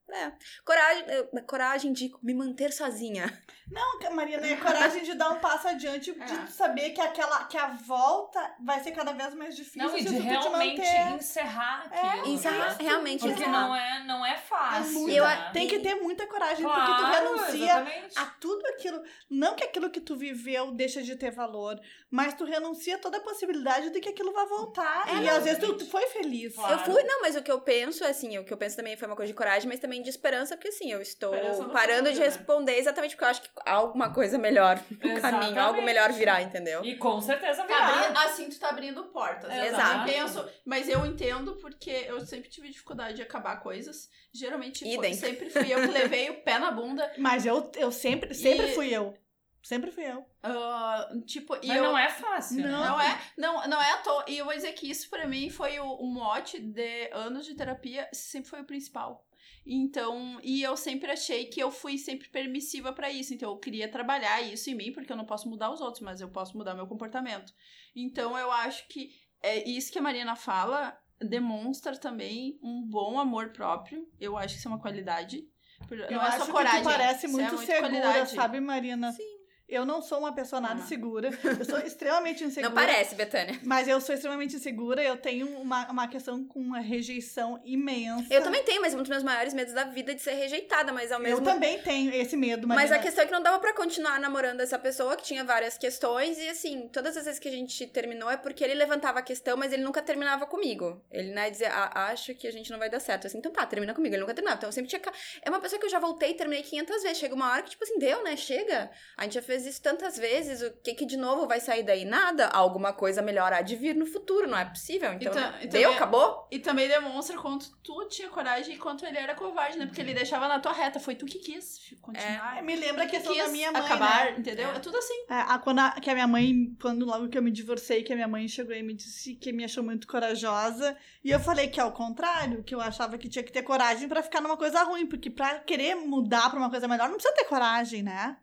A: É. Coragem, eh, coragem de me manter sozinha.
D: Não, Mariana, é coragem de dar um
B: *laughs*
D: passo adiante,
C: É.
D: de saber que, aquela, que a volta vai ser cada vez mais difícil
B: Não, e
D: se
B: de
D: tu te
B: realmente
D: manter.
B: encerrar
D: É,
B: aquilo. né?
A: Encerrar, realmente
B: Porque
A: encerrar.
B: não é, não é fácil.
A: muito- Eu
B: né?
A: a-
D: Tem que ter muita coragem, porque tu
B: Claro,
D: renuncia
B: exatamente.
D: a um tudo aquilo. Não que aquilo que tu viveu deixa de ter valor, mas tu renuncia a toda a possibilidade de que aquilo vá voltar.
A: É,
D: e
A: não,
D: às vezes tu,
B: gente.
D: tu foi feliz.
B: Claro.
A: Eu fui, não, mas o que eu penso, assim, o que eu penso também foi uma coisa de coragem, mas também de esperança, porque assim, eu estou
C: Esperança no
A: parando
C: futuro,
A: de
C: né?
A: responder exatamente porque eu acho que alguma coisa melhor no caminho, algo
B: Exatamente.
A: melhor virá, entendeu?
B: E com certeza virá.
C: Abrir- assim tu tá abrindo portas. né?
A: Exato.
C: Eu penso, mas eu entendo porque eu sempre tive dificuldade de acabar coisas. Geralmente foi-
A: Idem.
C: sempre fui eu que levei o pé na bunda.
D: Mas eu, eu sempre, sempre
C: E-
D: fui eu. Sempre fui eu.
C: Ah, tipo, e
B: Mas
C: eu
B: não é fácil. né?
D: Não.
C: Não é, não, não é à toa. E eu vou dizer que isso pra mim foi o, o mote de anos de terapia, sempre foi o principal. Então, e eu sempre achei que eu fui sempre permissiva pra isso. Então, eu queria trabalhar isso em mim, porque eu não posso mudar os outros, mas eu posso mudar meu comportamento. Então, eu acho que é isso que a Marina fala demonstra também um bom amor próprio. Eu acho que isso é uma qualidade. Por-
D: Eu
C: não é
D: acho
C: só
D: que
C: coragem.
D: tu parece
C: isso é
D: muito
C: muita
D: segura,
C: qualidade.
D: sabe, Marina?
A: Sim.
D: Eu não sou uma pessoa nada
C: Ah.
D: segura. Eu sou extremamente insegura.
A: Não parece, Betânia.
D: Mas eu sou extremamente insegura. Eu tenho uma, uma questão com uma rejeição imensa.
A: Eu também tenho, mas um dos meus maiores medos da vida é de ser rejeitada, mas ao mesmo
D: Eu também né? tenho esse medo,
A: Mas
D: Marina.
A: a questão é que não dava pra continuar namorando essa pessoa, que tinha várias questões, e assim, todas as vezes que a gente terminou é porque ele levantava a questão, mas ele nunca terminava comigo. Ele, né, dizia, "Ah, acho que a gente não vai dar certo. Eu, assim, então tá, termina comigo. Ele nunca terminava. Então eu sempre tinha. ca- É uma pessoa que eu já voltei e terminei 500 vezes. Chega uma hora que, tipo assim, deu, né? Chega. A gente já fez isso tantas vezes, o que que de novo vai sair daí? Nada. Alguma coisa melhor há de vir no futuro, não é possível. Então,
C: Então-
A: né,
C: então
A: deu,
C: é-
A: acabou?
C: E também demonstra quanto tu tinha coragem e quanto ele era covarde, né? Porque ele deixava na tua reta. Foi tu que quis fi- continuar.
D: É, Me lembra a
C: que
D: questão da minha mãe,
C: acabar,
D: né?
C: entendeu? É. tudo assim.
D: É, a- quando a- que a minha mãe, quando logo que eu me divorciei, que a minha mãe chegou e me disse que me achou muito corajosa. E eu falei que é o contrário, que eu achava que tinha que ter coragem pra ficar numa coisa ruim. Porque pra querer mudar pra uma coisa melhor, não precisa ter coragem, né?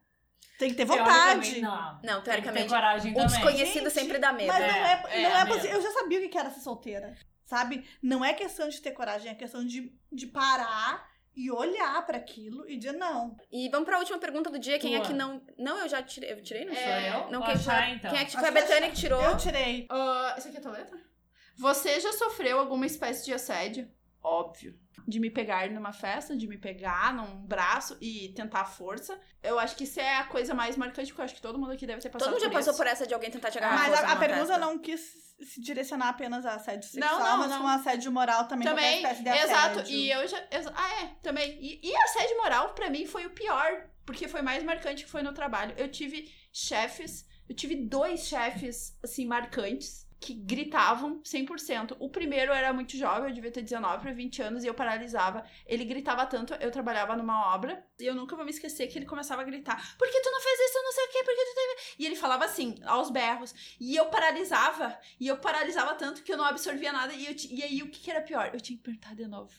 D: Tem que ter
B: Teoricamente,
D: vontade.
B: não.
A: Não,
B: Tem
A: teoricamente.
B: coragem
A: O
B: também.
A: desconhecido
D: Gente,
A: sempre dá medo.
D: Mas
A: né?
D: não é,
B: é,
D: não é
B: mesmo.
D: possível. Eu já sabia o que que era ser solteira, sabe? Não é questão de ter coragem, é questão de, de parar e olhar pra aquilo e dizer não.
A: E vamos pra última pergunta do dia. Quem é
B: Tua.
A: que não. Não, eu já tirei. Eu tirei, não
C: É,
A: sei.
B: Sou eu?
A: Não,
B: Pode
A: quem foi,
B: tirar, então.
A: quem é que foi a
D: Acho que
A: Betânia que tirou?
D: Eu tirei.
C: Ah, isso aqui é tua letra? Você já sofreu alguma espécie de assédio? Óbvio. De me pegar numa festa, de me pegar num braço e tentar a força. Eu acho que isso é a coisa mais marcante, porque eu acho que todo mundo aqui deve ter passado
A: Todo mundo já
C: por
A: passou
C: isso.
A: por essa de alguém tentar te
C: Ah,
A: agarrar. à
D: Ah, Mas
A: força
D: a, a
A: numa
D: pergunta
A: festa?
D: não quis se direcionar apenas a assédio
C: Não,
D: sexual,
C: não,
D: mas
C: não.
D: com assédio moral também,
C: Também,
D: qualquer espécie de assédio.
C: exato. E eu já. exa- ah, é, também. E, e assédio moral, pra mim, foi o pior, porque foi mais marcante que foi no trabalho. Eu tive chefes, eu tive dois chefes, assim, marcantes, que gritavam 100%. O primeiro era muito jovem, eu devia ter 19 para 20 anos, e eu paralisava. Ele gritava tanto, eu trabalhava numa obra, e eu nunca vou me esquecer que ele começava a gritar: Por que tu não fez isso? Eu não sei o quê, por que tu teve. E ele falava assim, aos berros. E eu paralisava, e eu paralisava tanto que eu não absorvia nada. E, eu ti- e aí, o que, que era pior? Eu tinha que perguntar de novo.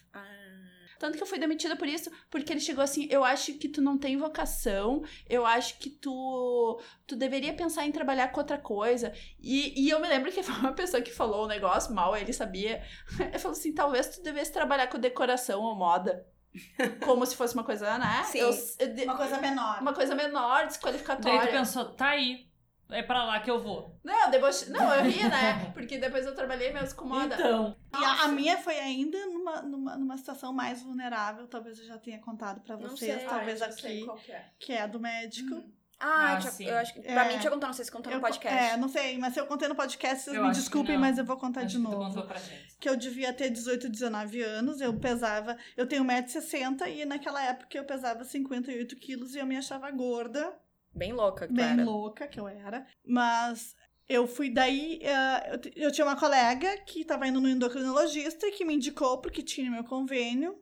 C: Tanto que eu fui demitida por isso, porque ele chegou assim: eu acho que tu não tem vocação, eu acho que tu, tu deveria pensar em trabalhar com outra coisa. E, e eu me lembro que foi uma pessoa que falou um negócio mal, ele sabia. Ele falou assim: talvez tu devesse trabalhar com decoração ou moda. Como se fosse uma coisa, né?
A: Sim.
C: Eu- eu de-
D: Uma coisa menor.
C: uma coisa menor,
B: Daí tu
C: desqualificatória.
B: pensou, tá aí, é pra lá que eu vou.
C: Não, deboche... não, eu ri, né? Porque depois eu trabalhei mesmo com moda.
B: Então,
D: E a, a minha foi ainda numa, numa, numa situação mais vulnerável, talvez eu já tenha contado pra
A: Não
D: vocês,
A: sei,
D: talvez
C: Ah, eu sei Hum,
D: aqui,
C: qual que é.
D: que é do médico.
A: Ah,
B: Ah,
A: tinha-
B: sim.
A: eu acho que. Pra
D: É.
A: mim, tinha contado, não sei se
C: tá
A: contou
D: Eu
A: no
D: co-
A: podcast.
D: É, não sei, mas se eu contei no podcast, vocês
B: Eu
D: me
B: acho que
D: desculpem,
B: não.
D: mas eu vou contar
B: acho
D: Tá de
B: que tu
D: novo.
B: contou pra gente.
D: que eu devia ter 18, 19 anos, eu pesava, eu tenho 1,60m e naquela época eu pesava 58 quilos e eu me achava gorda,
A: Bem louca,
D: bem
A: Clara.
D: louca que eu era, mas eu fui daí, eh, eu t- eu tinha uma colega que estava indo no endocrinologista e que me indicou porque tinha meu convênio,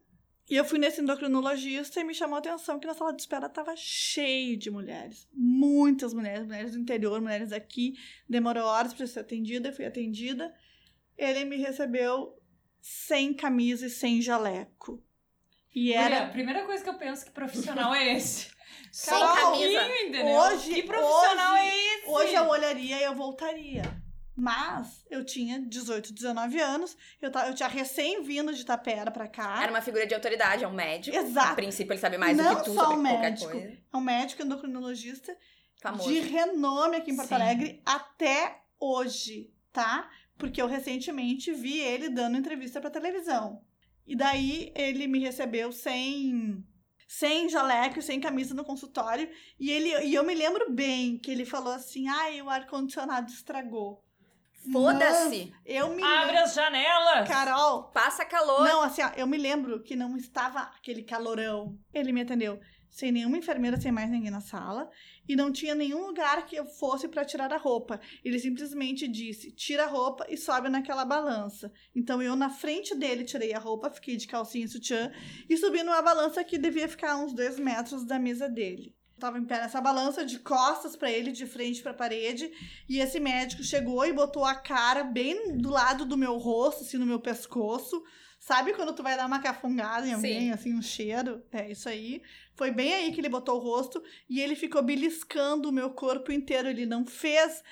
D: e eu fui nesse endocrinologista e me chamou a atenção que na sala de espera tava cheio de mulheres. Muitas mulheres, mulheres do interior, mulheres aqui. Demorou horas para ser atendida, fui atendida. Ele me recebeu sem camisa e sem jaleco. E
B: Guria,
D: era.
B: a primeira coisa que eu penso que profissional é
D: *laughs*
B: esse. Só
A: Carol,
B: um pouquinho, entendeu?
D: hoje-
B: que profissional
D: hoje-
B: é esse?
D: Hoje eu olharia e eu voltaria. Mas eu tinha 18, 19 anos, eu, ta- eu tinha recém vindo de Tapera pra cá.
A: Era uma figura de autoridade, é um médico. A
D: Exato.
A: princípio, ele sabe mais
D: Não
A: do que tu
D: só
A: sobre
D: um
A: qualquer
D: médico.
A: coisa.
D: É um médico endocrinologista
A: Famoso.
D: de renome aqui em Porto
B: Sim.
D: Alegre até hoje, tá? Porque eu recentemente vi ele dando entrevista pra televisão. E daí ele me recebeu sem sem jaleco, sem camisa no consultório, e ele e eu me lembro bem que ele falou assim: "Ai, o ar condicionado estragou".
A: Foda-se.
D: Eu me
B: Abre as janelas!
D: Carol,
A: Passa calor.
D: não, assim, ó, eu me lembro que não estava aquele calorão. Ele me atendeu sem nenhuma enfermeira, sem mais ninguém na sala, e não tinha nenhum lugar que eu fosse pra tirar a roupa. Ele simplesmente disse: "Tira a roupa e sobe naquela balança". Então eu na frente dele tirei a roupa, fiquei de calcinha e sutiã e subi numa balança que devia ficar a uns dois metros da mesa dele. Eu Tava em pé nessa balança, de costas pra ele, de frente pra parede, e esse médico chegou e botou a cara bem do lado do meu rosto, assim, no meu pescoço. Sabe quando tu vai dar uma cafungada em alguém,
A: Sim.
D: assim, um cheiro? É isso aí. Foi bem aí que ele botou o rosto e ele ficou beliscando o meu corpo inteiro. Ele não fez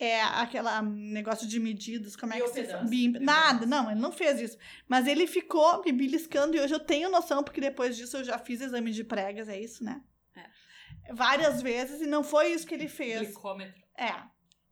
D: é, aquela hum, negócio de medidas, como é que se
B: Bioimpedância.
D: Bioimpe- Nada, não, ele não fez isso. Mas ele ficou me beliscando e hoje eu tenho noção, porque depois disso eu já fiz exame de pregas, é isso, né? Várias vezes e não foi isso que ele fez.
B: Glicômetro.
D: É.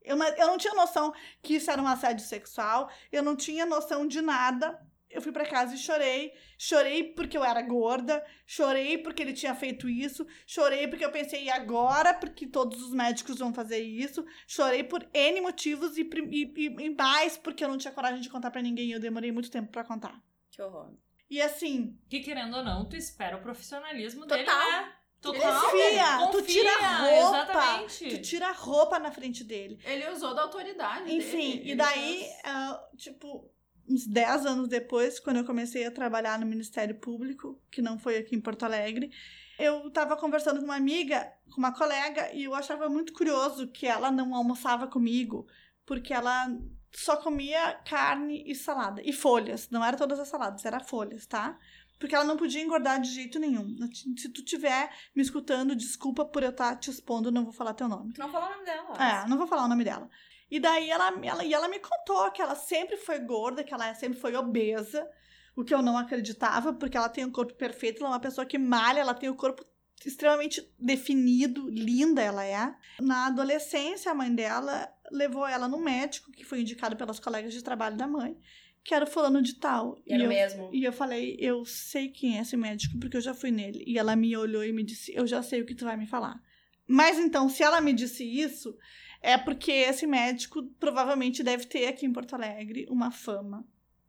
D: Eu, não- eu não tinha noção que isso era um assédio sexual, eu não tinha noção de nada. Eu fui pra casa e chorei. Chorei porque eu era gorda, chorei porque ele tinha feito isso, chorei porque eu pensei, e agora? Porque todos os médicos vão fazer isso. Chorei por N motivos e, prim- e, e- e mais porque eu não tinha coragem de contar pra ninguém. e Eu demorei muito tempo pra contar.
A: Que horror.
D: E assim,
B: Que querendo ou não, tu espera o profissionalismo
A: Total.
B: dele, né? Total.
D: Confia, tu tira a roupa,
B: Exatamente.
D: tu tira a roupa na frente dele.
C: Ele usou da autoridade.
D: Enfim,
C: Ah, dele,
D: e
C: ele
D: daí,
C: fez-
D: ah, tipo, uns 10 anos depois, quando eu comecei a trabalhar no Ministério Público, que não foi aqui em Porto Alegre, eu tava conversando com uma amiga, com uma colega, e eu achava muito curioso que ela não almoçava comigo, porque ela só comia carne e salada, e folhas, não era todas as saladas, era folhas, tá? Porque ela não podia engordar de jeito nenhum. Se tu tiver me escutando, desculpa por eu estar te expondo, não vou falar teu nome.
A: Tu não falou o nome dela.
D: É, não vou falar o nome dela. E daí ela, ela, e ela me contou que ela sempre foi gorda, que ela sempre foi obesa, o que eu não acreditava, porque ela tem um corpo perfeito, ela é uma pessoa que malha, ela tem o corpo extremamente definido, linda ela é. Na adolescência, a mãe dela levou ela no médico, que foi indicado pelas colegas de trabalho da mãe, que era o fulano de tal.
A: E era
D: eu,
A: o mesmo.
D: e eu falei, eu sei quem é esse médico porque eu já fui nele. E ela me olhou e me disse, eu já sei o que tu vai me falar. Mas então, se ela me disse isso, é porque esse médico provavelmente deve ter aqui em Porto Alegre uma fama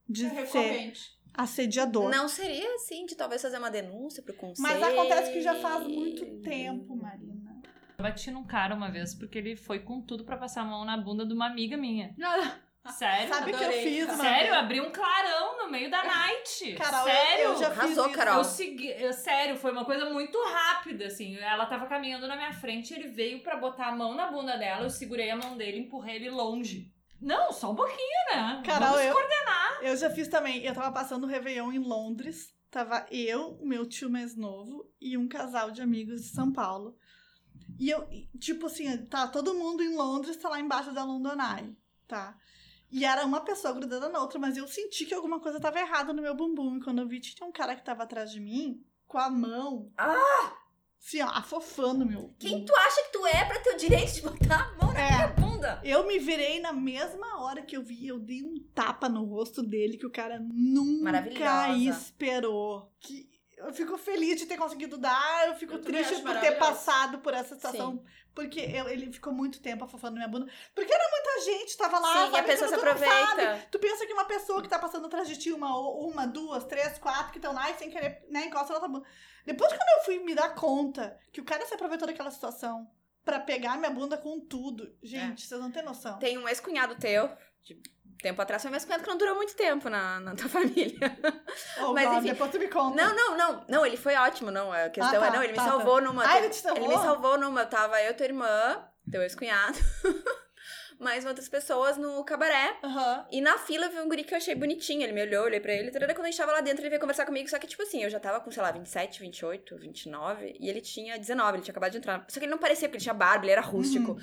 D: de ser
C: recorrente.
D: assediador.
A: Não seria assim de talvez fazer uma denúncia pro conselho.
D: Mas acontece que já faz muito tempo, Marina.
B: Eu bati num cara uma vez porque ele foi com tudo pra passar a mão na bunda de uma amiga minha.
C: *laughs* Nada.
B: Sério?
D: Ah, Sabe o que eu
C: adorei.
D: fiz, Marina?
B: Sério, abri um clarão no meio
D: *laughs*
B: da night.
D: Carol, eu-
B: sério?
D: Eu, já
A: Arrasou,
D: fiz
A: Carol.
B: Eu segui, eu- sério, foi uma coisa muito rápida, assim. Ela tava caminhando na minha frente, ele veio pra botar a mão na bunda dela, eu segurei a mão dele, empurrei ele longe. Não, só um pouquinho, né?
D: Carol,
B: Vamos
D: eu-
B: coordenar.
D: Isso. Eu já fiz também. Eu tava passando o Réveillon em Londres. Tava eu, meu tio mais novo e um casal de amigos de São Paulo. E eu, e, tipo assim, tá todo mundo em Londres, tá lá embaixo da London Eye, tá? E era uma pessoa grudada na outra, mas eu senti que alguma coisa tava errada no meu bumbum. E quando eu vi, tinha um cara que tava atrás de mim, com a mão. Ah! Assim, ó, afofando meu.
A: Quem tu acha que tu é pra ter o direito de botar a mão na
D: É.
A: minha bunda?
D: Eu me virei na mesma hora que eu vi, eu dei um tapa no rosto dele que o cara nunca
A: Maravilhosa.
D: esperou. Que eu fico feliz de ter conseguido dar, eu fico
C: Eu também
D: triste
C: acho
D: por ter
C: maravilhoso.
D: passado por essa situação. Porque eu- ele ficou muito tempo afofando minha bunda. Porque era muita gente, tava lá.
A: Sim,
D: sabe,
A: a pessoa se
D: tu não sabe.
A: aproveita.
D: Tu pensa que uma pessoa que tá passando atrás de ti, uma, uma duas, três, quatro, que estão lá e sem querer, né, encosta na tua bunda. Depois quando eu fui me dar conta que o cara se aproveitou daquela situação pra pegar minha bunda com tudo. Gente, vocês não têm noção.
A: É. Tem um ex-cunhado teu, de tempo atrás, foi um ex-cunhado que não durou muito tempo na, na tua *laughs* família.
D: Oh,
A: Mas,
D: God,
A: enfim.
D: depois tu me conta.
A: Não, não, não. Não, ele foi ótimo, não. A questão
D: Ah, tá,
A: é, não, ele
D: tá,
A: me
D: tá.
A: salvou numa.
D: Ai, ele te salvou?
A: Ele me salvou numa. Tava eu, tua irmã, teu ex-cunhado. *laughs* mais outras pessoas no cabaré.
D: Aham.
A: E na fila eu vi um guri que eu achei bonitinho. Ele me olhou, olhei pra ele. tarará. Quando a gente tava lá dentro, ele veio conversar comigo. Só que, tipo assim, eu já tava com, sei lá, 27, 28, 29. E ele tinha 19, ele tinha acabado de entrar. Só que ele não parecia, porque ele tinha barba, ele era rústico.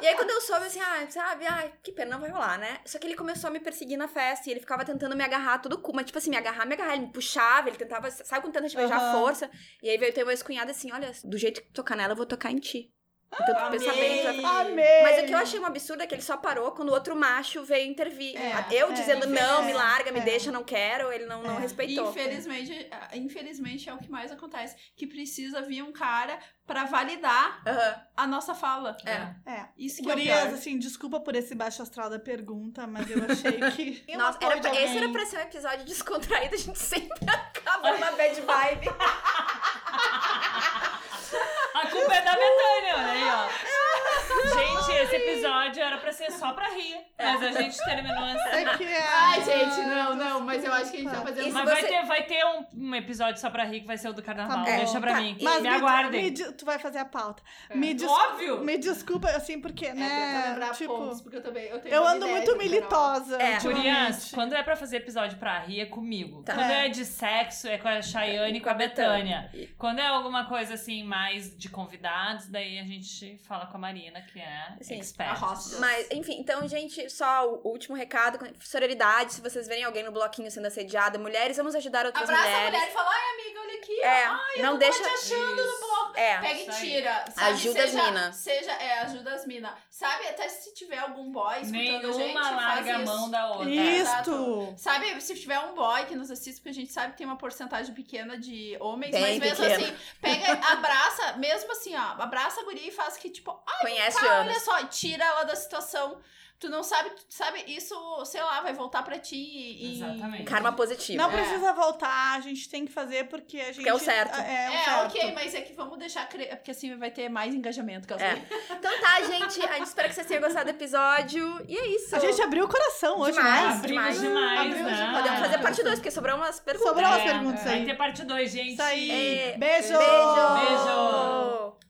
A: e aí, quando eu soube, assim, ah, sabe, ah, que pena, não vai rolar, né? Só que ele começou a me perseguir na festa. E ele ficava tentando me agarrar a todo cu. Mas, tipo assim, me agarrar, me agarrar. Ele me puxava, ele tentava, sabe quando tenta te beijar à
D: Aham.
A: força? E aí veio ter uma ex-cunhada assim, olha, do jeito que tu tocar nela, eu vou tocar em ti. Então,
C: tipo,
A: tu pensa bem, tu vai
C: é
A: ficar...
D: Amei!
A: Mas o que eu achei um absurdo é que ele só parou quando o outro macho veio intervir.
C: É,
A: eu
D: é,
A: dizendo,
D: é,
A: não,
D: é,
A: me larga, me
D: é.
A: deixa, não quero, ele não, não
D: É.
A: respeitou.
C: Infelizmente, ah, infelizmente é o que mais acontece. Que precisa vir um cara pra validar
A: Aham.
C: a nossa fala.
A: É.
D: É.
C: Isso que é o
D: Gurias,
C: pior.
D: assim, desculpa por esse baixo astral da pergunta, mas eu achei que. *laughs* Eu
A: *laughs* Nossa, era
D: apoio
A: pra-
D: de
A: esse
D: alguém.
A: era pra ser um episódio descontraído, a gente *laughs* sempre acaba numa bad vibe.
B: A culpa é da Betânia, olha aí, ó. Gente, esse episódio era pra ser só pra rir, mas a gente terminou assim.
D: É que é.
C: Ai, gente, não, não, mas eu acho que a gente tá fazendo
A: Isso
C: uma
B: Mas
A: você-
B: vai ter, vai ter um, um episódio só pra rir que vai ser o do carnaval.
D: Tá bom.
B: Deixa pra
A: Tá,
B: mim.
D: Mas
B: me
D: me-
B: aguardem.
D: me de- tu vai fazer a pauta.
C: É.
D: Me des-
B: Óbvio!
D: Me desculpa, assim, porque,
C: É, tentar
D: né?
C: lembrar pontos,
D: Tipo,
C: porque eu também. Eu, tenho
D: eu
C: uma
D: ando
C: amnésia
D: muito
C: no geral.
D: militosa.
A: É.
B: Gurias,
D: ultimamente.
B: quando é pra fazer episódio pra rir, é comigo.
A: Tá.
B: Quando
D: É.
B: é. de sexo, é com a Chayane e com a Betânia. Quando é alguma coisa assim, mais de convidados, daí a gente fala com a Marina, que é
A: Sim,
B: expert.
C: a roça.
A: Mas, enfim, então, gente, só o último recado. Sororidade, se vocês verem alguém no bloquinho sendo assediada, mulheres, vamos ajudar outras
C: Abraça a
A: mulheres.
C: mulher e fala, ai, amiga, olha aqui.
A: É, não
C: não
A: deixa.
C: tô te achando
B: Isso.
C: no bloco.
A: É.
C: Pega e
B: Isso aí.
C: tira. sabe?
A: Ajuda as
C: seja,
A: mina.
C: Seja, é, ajuda as mina. Sabe, até se tiver algum boy escutando a gente,
B: Nenhuma
C: faz
B: larga a
C: isso.
B: mão da outra.
D: Isto!
C: Sabe, se tiver um boy que nos assiste, porque a gente sabe que tem uma porcentagem pequena de homens,
A: Bem
C: mas mesmo
A: pequena.
C: assim, pega, abraça, mesmo assim, ó, abraça a guria e faz que, tipo, ah,
A: Conhece
C: cara,
A: Ana.
C: olha só, e tira ela da situação. Tu não sabe, tu sabe, isso, sei lá, vai voltar pra ti e.
B: Exatamente.
A: Karma positivo.
D: Não
C: É.
D: precisa voltar, a gente tem que fazer porque a gente.
A: é um o certo.
D: É,
C: É,
D: o certo.
C: ok, mas é que vamos deixar cre... porque assim vai ter mais engajamento. Que eu
A: É. Então tá, gente. A gente espera que vocês tenham gostado do episódio. E é isso.
D: A gente abriu o coração hoje,
A: Demais,
D: né?
B: Abrimos
A: demais.
B: demais,
D: Abrimos
B: né?
D: demais.
A: Podemos fazer parte 2, porque sobrou umas perguntas.
D: Sobrou umas
B: É,
D: perguntas
B: Vai
D: aí.
B: ter parte 2, gente.
D: Isso aí.
A: É,
D: Beijo!
A: beijo!